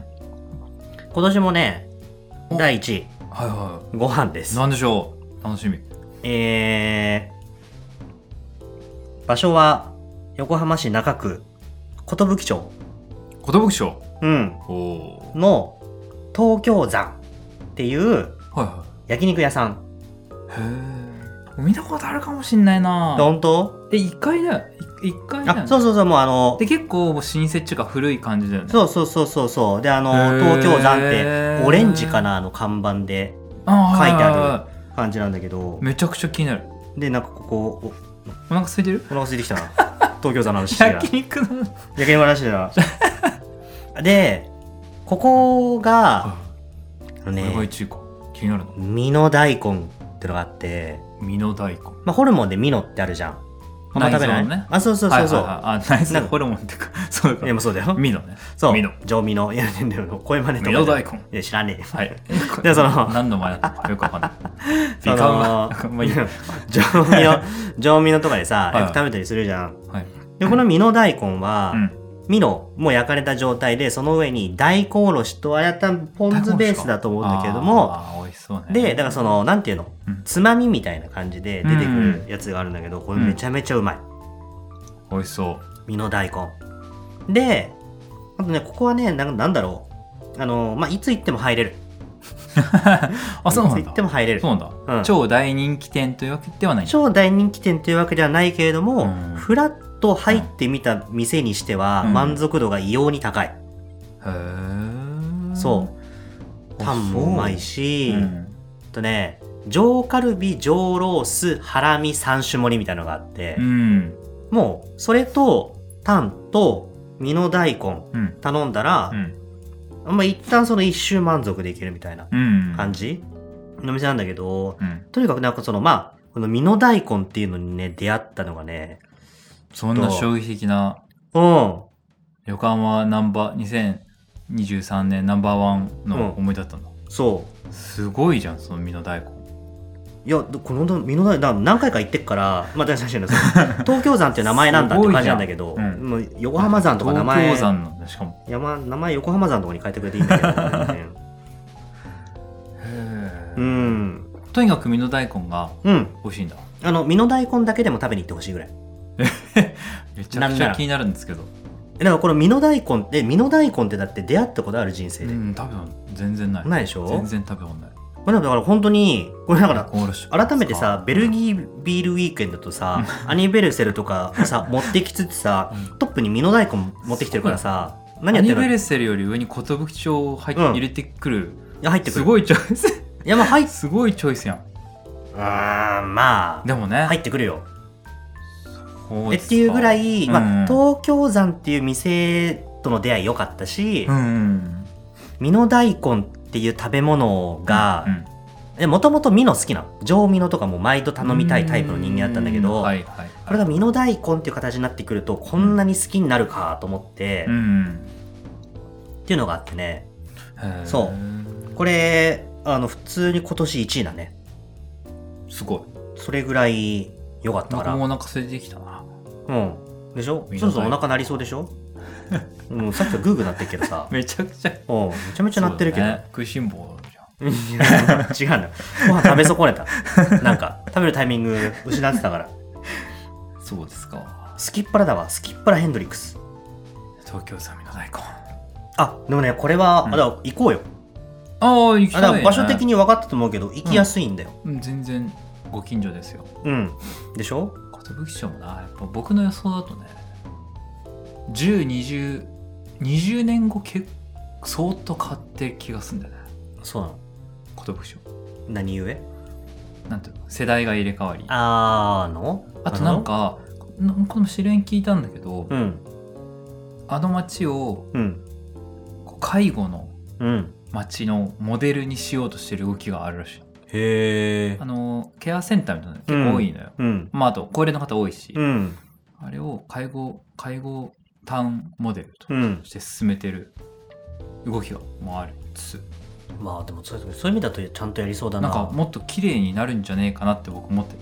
Speaker 1: 今年もね
Speaker 2: お
Speaker 1: 第1位
Speaker 2: は
Speaker 1: ご飯で
Speaker 2: い
Speaker 1: す
Speaker 2: 何でしょう楽しみ
Speaker 1: えー、場所は横浜市中区寿町、
Speaker 2: 寿賞
Speaker 1: うん、
Speaker 2: おおー
Speaker 1: の東京山っていう
Speaker 2: はいはい
Speaker 1: 焼肉屋さん
Speaker 2: へえ見たことあるかもしんないな
Speaker 1: 本当
Speaker 2: え1階だよ1階だよね
Speaker 1: あそうそうそうもうあの
Speaker 2: で結構もう老舗っちゅうか古い感じだよね
Speaker 1: そうそうそうそうそうであの
Speaker 2: へー
Speaker 1: 東京山ってオレンジかなあの看板で
Speaker 2: あー
Speaker 1: 書いてある
Speaker 2: はいはいは
Speaker 1: 感じなんだけど
Speaker 2: いめちゃくちゃ気になる
Speaker 1: でなんかここお
Speaker 2: お腹空いてる
Speaker 1: お腹空いてきたな東京山の話してたら
Speaker 2: 焼肉の
Speaker 1: 焼き芋話だ なでここがあの
Speaker 2: これが
Speaker 1: ね
Speaker 2: 一位か気になるの
Speaker 1: 美濃大根ってのがあって、
Speaker 2: 身の大根
Speaker 1: まあ、ホルモンで美濃ってあるじゃんあんま食べない、
Speaker 2: 内臓のね
Speaker 1: あそうそうそうそう、
Speaker 2: はいはいはいあナイスホルモンってか そう
Speaker 1: いや
Speaker 2: か
Speaker 1: もうそうだよ
Speaker 2: 身のね
Speaker 1: そう
Speaker 2: 美濃
Speaker 1: 上美濃いやねでも声真似とか
Speaker 2: 美濃大根
Speaker 1: いや知らねえよ
Speaker 2: はい
Speaker 1: でその
Speaker 2: 何の前だったかよくわかんない
Speaker 1: その
Speaker 2: 美顔は まあいいや
Speaker 1: 上美濃上美濃とかでさ
Speaker 2: は
Speaker 1: よ
Speaker 2: い
Speaker 1: く食べたりするじゃん
Speaker 2: はい
Speaker 1: でこの美濃大根は、
Speaker 2: うん
Speaker 1: ミノもう焼かれた状態でその上に大根おろしとあやたんポン酢ベースだと思うんだけれども
Speaker 2: あー美味しそうね
Speaker 1: でだからそのなんていうの、
Speaker 2: うん
Speaker 1: つまみみたいな感じで出てくるやつがあるんだけど、これめちゃめちゃうまい
Speaker 2: 美味しそう
Speaker 1: ミノ大根であとねここはねなんなんだろうあのまあいつ行っても入れる
Speaker 2: あそうない
Speaker 1: つ
Speaker 2: ん
Speaker 1: 行
Speaker 2: だ
Speaker 1: っても入れる
Speaker 2: そうなんだ、
Speaker 1: うん
Speaker 2: 超大人気店というわけではない
Speaker 1: 超大人気店というわけではないけれども、
Speaker 2: うん
Speaker 1: ふらっと入ってみた店にしては
Speaker 2: うん
Speaker 1: 満足度が異様に高い、
Speaker 2: へー
Speaker 1: そう
Speaker 2: あ
Speaker 1: タンもうまいし、
Speaker 2: うん
Speaker 1: えっとね上カルビ上ロースハラミ三種盛りみたいなのがあって
Speaker 2: う、ん
Speaker 1: もうそれとタンと身の大根
Speaker 2: うん
Speaker 1: 頼んだら、
Speaker 2: うん
Speaker 1: まあ、一旦その一周満足できるみたいな
Speaker 2: うん
Speaker 1: 感じの店なんだけど
Speaker 2: うん
Speaker 1: とにかくなんかそのまあこの身の大根っていうのにね出会ったのがね
Speaker 2: そんな衝撃的な
Speaker 1: うん
Speaker 2: 横浜ナンバー2023年ナンバーワンの思いだったの、
Speaker 1: そ
Speaker 2: すごいじゃんその身の大根
Speaker 1: ういやこのだ美濃だだ何回か行ってっから、まあ、確かにそ の東京山っていう名前なんだって感じなんだけど、
Speaker 2: すごいじゃんうん
Speaker 1: もう横浜山とか名前
Speaker 2: 東京山なんだしかも
Speaker 1: 山名前横浜山とかに変えてくれていいんだけど、 ね、
Speaker 2: へ
Speaker 1: う
Speaker 2: え
Speaker 1: ん
Speaker 2: とにかく美濃大根が
Speaker 1: うん
Speaker 2: 美味しいんだ
Speaker 1: あの美濃大根だけでも食べに行ってほしいぐらい
Speaker 2: めちゃくち
Speaker 1: なんな
Speaker 2: ゃ
Speaker 1: ら
Speaker 2: 気になるんですけど
Speaker 1: えだからこの美濃大根って美濃大根ってだって出会ったことある人生
Speaker 2: う
Speaker 1: で、
Speaker 2: ん食べたこと全然ない
Speaker 1: ないでしょ
Speaker 2: 全然食べたことない
Speaker 1: これだから本当にこれだから
Speaker 2: 大根おろし
Speaker 1: 改めてさベルギービールウィークエンドとさアニーベルセルとか さ持ってきつつさトップにミノ大根持ってきてるからさ何やって
Speaker 2: アニ
Speaker 1: るの
Speaker 2: ベ
Speaker 1: い
Speaker 2: レセルより上に寿町を入,、
Speaker 1: うん
Speaker 2: 入れてくる
Speaker 1: や入ってく
Speaker 2: す
Speaker 1: る
Speaker 2: ごいチョイス
Speaker 1: いやまあ入っ
Speaker 2: すごいチョイスやん
Speaker 1: うーんま
Speaker 2: でもね、
Speaker 1: あ入ってくるよ
Speaker 2: そう
Speaker 1: え
Speaker 2: で
Speaker 1: っ
Speaker 2: すか
Speaker 1: ていうぐらい、
Speaker 2: うん
Speaker 1: ま
Speaker 2: う
Speaker 1: あ、
Speaker 2: ん
Speaker 1: 東京山っていう店との出会い良かったし
Speaker 2: うんうん
Speaker 1: 美濃大根っていう食べ物が
Speaker 2: うん
Speaker 1: もともと美濃好きなの上美濃とかも毎度頼みたいタイプの人間だったんだけ
Speaker 2: う
Speaker 1: ど
Speaker 2: はいはいはい、
Speaker 1: これが美濃大根っていう形になってくるとこんなに好きになるかと思って、
Speaker 2: うんうん
Speaker 1: っていうのがあってね
Speaker 2: へー
Speaker 1: そこれあの普通に今年1位だね
Speaker 2: すごい
Speaker 1: それぐらい良かったか
Speaker 2: 僕
Speaker 1: ら
Speaker 2: もお腹空いてきたな
Speaker 1: うんでしょ
Speaker 2: みんな
Speaker 1: そろそろお腹鳴りそうでし ょうんさっきはグーグー鳴ってるけどさ
Speaker 2: めちゃくちゃめち
Speaker 1: うんめちゃめちゃ鳴ってるけど、
Speaker 2: 食いしん坊じゃん
Speaker 1: 違うのご飯食べ損ねたなんか食べるタイミング失ってたから
Speaker 2: そうですか
Speaker 1: すきっ腹だわすきっ腹ヘンドリックス
Speaker 2: 東京サミの大根あ
Speaker 1: あでもねこれは、
Speaker 2: うん
Speaker 1: あだから行こうよ
Speaker 2: あ行きた
Speaker 1: あ
Speaker 2: い、
Speaker 1: だか
Speaker 2: ね、
Speaker 1: ら場所的に分かったと思うけど行きやすいんだよ
Speaker 2: うん全然ご近所ですよ
Speaker 1: うん、でしょ
Speaker 2: 寿司もなやっぱ僕の予想だとね1020 20年後結構相当変わってる気がするんだよね
Speaker 1: そうなの
Speaker 2: 寿司
Speaker 1: 何故
Speaker 2: なんていうの世代が入れ替わりあ
Speaker 1: あーの
Speaker 2: となんかなこの知り合いに聞いたんだけど、
Speaker 1: うん
Speaker 2: あの町を
Speaker 1: うん
Speaker 2: こう介護の
Speaker 1: うん
Speaker 2: 町のモデルにしようとしてる動きがあるらしい
Speaker 1: へえ
Speaker 2: あのケアセンターみたいなの結構多いのよ、
Speaker 1: うん
Speaker 2: まああと高齢の方多いし、
Speaker 1: うん
Speaker 2: あれを介護介護タウンモデルと
Speaker 1: うん
Speaker 2: して進めてる動きがもうあるつつ
Speaker 1: まあでもそうそういう意味だとちゃんとやりそうだな
Speaker 2: なんかもっと綺麗になるんじゃねえかなって僕思ってる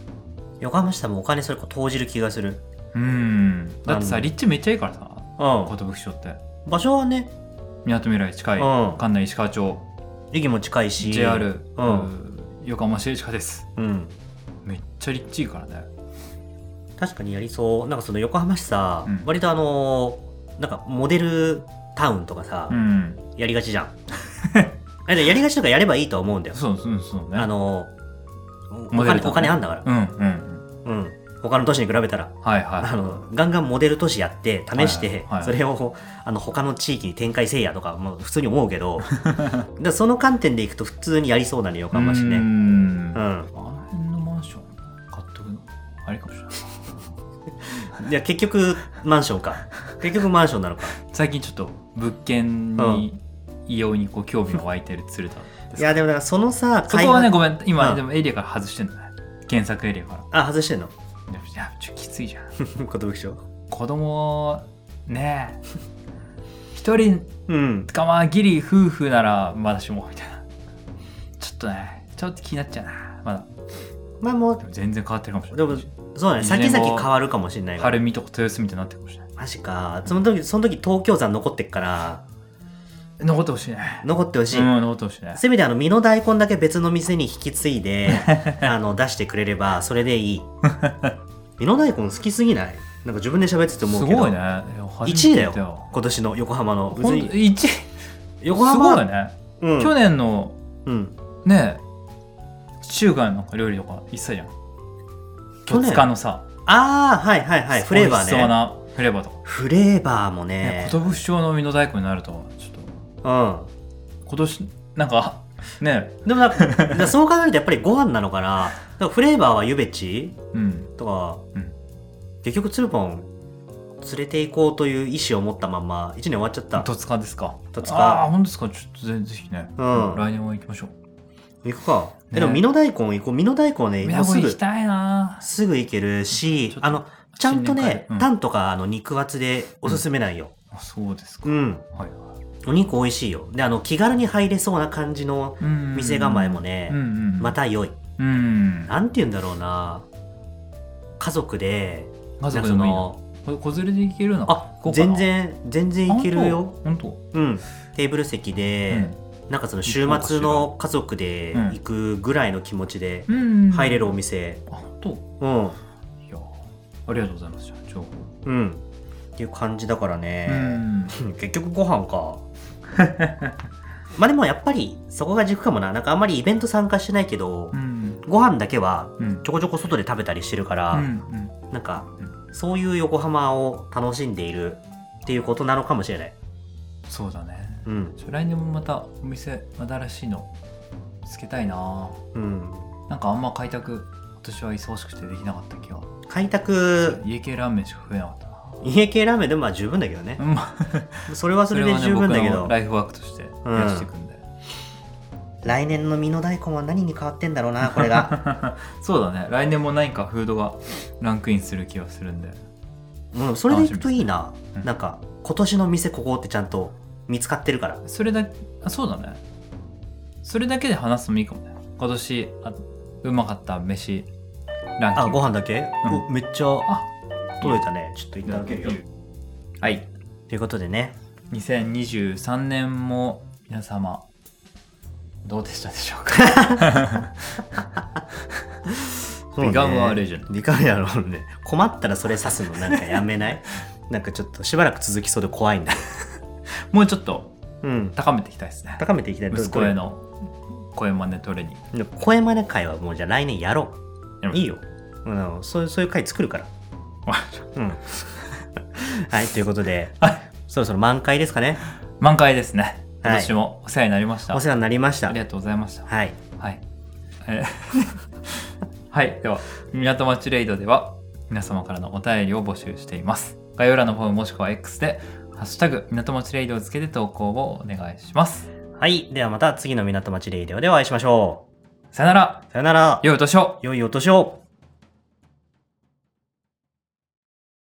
Speaker 1: 横浜市多分お金それこう投じる気がする
Speaker 2: うんだって
Speaker 1: あ
Speaker 2: さ
Speaker 1: の
Speaker 2: 立地めっちゃいいからさ
Speaker 1: うん
Speaker 2: 寿町って
Speaker 1: 場所はね
Speaker 2: みなとみらい近い
Speaker 1: うん
Speaker 2: 館内石川町
Speaker 1: 駅も近いし
Speaker 2: JR
Speaker 1: うん
Speaker 2: うん横浜市営地下です
Speaker 1: うん
Speaker 2: めっちゃ立地いいからね
Speaker 1: 確かにやりそうなんかその横浜市さ、
Speaker 2: うん
Speaker 1: 割とあのーなんかモデルタウンとかさ、
Speaker 2: うん
Speaker 1: やりがちじゃんあれやりがちとかやればいいとは思うんだよ
Speaker 2: そうそうそうね
Speaker 1: あのーお
Speaker 2: モデル
Speaker 1: 金
Speaker 2: とか
Speaker 1: お金
Speaker 2: ね
Speaker 1: あんだから
Speaker 2: うんうんうん
Speaker 1: うん他の都市に比べたら
Speaker 2: はいはい
Speaker 1: あのガンガンモデル都市やって試し
Speaker 2: は
Speaker 1: て
Speaker 2: いはいはい
Speaker 1: それをあの他の地域に展開せいやとかもう普通に思うけ どでその観点でいくと普通にやりそうなのよ横浜市
Speaker 2: うー
Speaker 1: ね
Speaker 2: ん
Speaker 1: う
Speaker 2: あ
Speaker 1: ん
Speaker 2: の辺のマンション買っとくのあれかもしれない
Speaker 1: いや結局マンションか結局マンションなのか
Speaker 2: 最近ちょっと物件に異様にこう興味が湧いてる鶴田で
Speaker 1: い
Speaker 2: す
Speaker 1: やでもだからそのさ
Speaker 2: そこは
Speaker 1: 開発
Speaker 2: ねごめん今、
Speaker 1: うん
Speaker 2: でもエリアから外してんだね検索エリアから
Speaker 1: あ外してんの
Speaker 2: でもいやちょっときついじゃん
Speaker 1: 寿町
Speaker 2: 子供ねえ一人
Speaker 1: うん
Speaker 2: かまあギリ夫婦ならまだしもみたいなちょっとねちょっと気になっちゃうなまだ
Speaker 1: まあも
Speaker 2: で
Speaker 1: う
Speaker 2: も全然変わってるかもしれ
Speaker 1: で
Speaker 2: な
Speaker 1: も
Speaker 2: い
Speaker 1: そうだね
Speaker 2: いずれ
Speaker 1: 先
Speaker 2: も
Speaker 1: 々変わるかもしれないから
Speaker 2: 晴海とか豊洲みたいになってるかもしれない
Speaker 1: マジかその時その時東京山残ってっから
Speaker 2: 残ってほしいね
Speaker 1: 残ってほしい
Speaker 2: うん残ってほしいね
Speaker 1: せめてあの身の大根だけ別の店に引き継い であの出してくれればそれでいい 身の大根好きすぎないなんか自分で喋ってて
Speaker 2: す
Speaker 1: 思うけど
Speaker 2: ごいね
Speaker 1: 1位だ
Speaker 2: 初めて聞いた
Speaker 1: よ今年の横浜の
Speaker 2: ほんと
Speaker 1: 別に
Speaker 2: 1位
Speaker 1: 横浜
Speaker 2: すごいね、
Speaker 1: うん
Speaker 2: 去年の
Speaker 1: うん
Speaker 2: ねえ中華の料理とか一切じゃん
Speaker 1: 去年
Speaker 2: 戸塚のさ
Speaker 1: ああはいはいはいフレーバ
Speaker 2: 美味しそう
Speaker 1: ーね
Speaker 2: なフレーバーとか
Speaker 1: フレーバーも
Speaker 2: ね
Speaker 1: ね
Speaker 2: 寿町の海の大根になるとちょっと
Speaker 1: うん
Speaker 2: 今年なんかねえ
Speaker 1: でもなん かだからそう考えるとやっぱりご飯なのかなだからフレーバーはゆべち
Speaker 2: うん
Speaker 1: とか、
Speaker 2: うん
Speaker 1: 結局ツルポン連れて行こうという意思を持ったまんま1年終わっちゃった
Speaker 2: 戸塚ですか
Speaker 1: 戸塚
Speaker 2: ああ本当ですかちょっとぜぜひね、
Speaker 1: うん
Speaker 2: 来年は行きましょう
Speaker 1: 行くか、
Speaker 2: ね
Speaker 1: えでも美濃大根行こう美濃大根ね
Speaker 2: い
Speaker 1: もう
Speaker 2: やこ
Speaker 1: す
Speaker 2: れ
Speaker 1: ぐ
Speaker 2: 行きたいな
Speaker 1: すぐ行けるし
Speaker 2: ちょっと
Speaker 1: あのちゃんと
Speaker 2: 新年会
Speaker 1: ね、
Speaker 2: でうん
Speaker 1: タンとかあの肉厚でおすすめなんよ
Speaker 2: あそうですか、
Speaker 1: うん、
Speaker 2: はいは
Speaker 1: お肉美味しいよであの気軽に入れそうな感じの
Speaker 2: い
Speaker 1: 店構えもね
Speaker 2: うんうんうん
Speaker 1: また良い
Speaker 2: うん
Speaker 1: なんて言うんだろうな家族で
Speaker 2: 家族でもいい
Speaker 1: なんか
Speaker 2: のこ子連れで行けるの
Speaker 1: あ全然全然いけるよ
Speaker 2: 本当
Speaker 1: うんテーブル席で、なんかその週末の家族で行くぐらいの気持ちで
Speaker 2: うん
Speaker 1: 入れるお店
Speaker 2: あ本当
Speaker 1: うん
Speaker 2: いやありがとうございます情報
Speaker 1: うんっていう感じだから
Speaker 2: う
Speaker 1: ね、
Speaker 2: ん
Speaker 1: 結局ご飯か まあでもやっぱりそこが軸かもななんかあんまりイベント参加してないけど、
Speaker 2: うん
Speaker 1: ご飯だけは
Speaker 2: うん
Speaker 1: ちょこちょこ外で食べたりしてるから、
Speaker 2: うん
Speaker 1: なんか
Speaker 2: う
Speaker 1: そういう横浜を楽しんでいるっていうことなのかもしれない
Speaker 2: そうだね
Speaker 1: うん
Speaker 2: ちょ来年もまたお店また新しいの見つけたいな
Speaker 1: うん
Speaker 2: なんかあんま開拓今年は忙しくてできなかった気が
Speaker 1: 開拓
Speaker 2: 家系ラーメンしか増えなかったな
Speaker 1: 家系ラーメンでもまあ十分だけどね
Speaker 2: う、 んまあ
Speaker 1: それはそれで
Speaker 2: はね
Speaker 1: 十分だけ
Speaker 2: 僕
Speaker 1: ど、
Speaker 2: のライフワークとしてやしていくんで、
Speaker 1: 来年の美濃大根は何に変わってんだろう なこれが
Speaker 2: そうだね来年も何かフードがランクインする気がするんで
Speaker 1: うんそれでいくといいな、
Speaker 2: うん
Speaker 1: なんか今年の店ここってちゃんと見つかってるから
Speaker 2: それだあそうだねそれだけで話すのもいいかもね今年あうまかった飯ランキング
Speaker 1: あご飯だけ、
Speaker 2: うん
Speaker 1: おめっちゃ届いたねちょっと一
Speaker 2: いた
Speaker 1: 旦
Speaker 2: だ
Speaker 1: 開
Speaker 2: け
Speaker 1: け
Speaker 2: る
Speaker 1: るよ
Speaker 2: よはい
Speaker 1: ということでね
Speaker 2: 2023年も皆様どうでしたでしょ うか
Speaker 1: そうね
Speaker 2: ビカムアレジェンド
Speaker 1: ビカムアレジェンドね困ったらそれ指すのなんかやめ ないなんかちょっとしばらく続きそうで怖いんだ
Speaker 2: もうちょっと
Speaker 1: うん
Speaker 2: 高めていきたいですね
Speaker 1: 高めていきたい
Speaker 2: 息子への声真似トレーニング
Speaker 1: どういう声真似会はもうじゃあ来年やろ
Speaker 2: や
Speaker 1: う
Speaker 2: ろう
Speaker 1: いいよ、うん、そうそういう会作るからうん はいということで
Speaker 2: はい
Speaker 1: そろそろ満開ですかね
Speaker 2: 満開ですね
Speaker 1: はい
Speaker 2: 今年もお世話になりました、
Speaker 1: お世話になりました
Speaker 2: ありがとうございました
Speaker 1: はい
Speaker 2: はい。えー はい。では、港町レイドでは、皆様からのお便りを募集しています。概要欄のフォームもしくは X で、ハッシュタグ、港町レイドをつけて投稿をお願いします。
Speaker 1: はいではまた次の港町レイディオでお会いしましょ
Speaker 2: さよなら
Speaker 1: うさよなら
Speaker 2: 良いお年を
Speaker 1: 良いお年を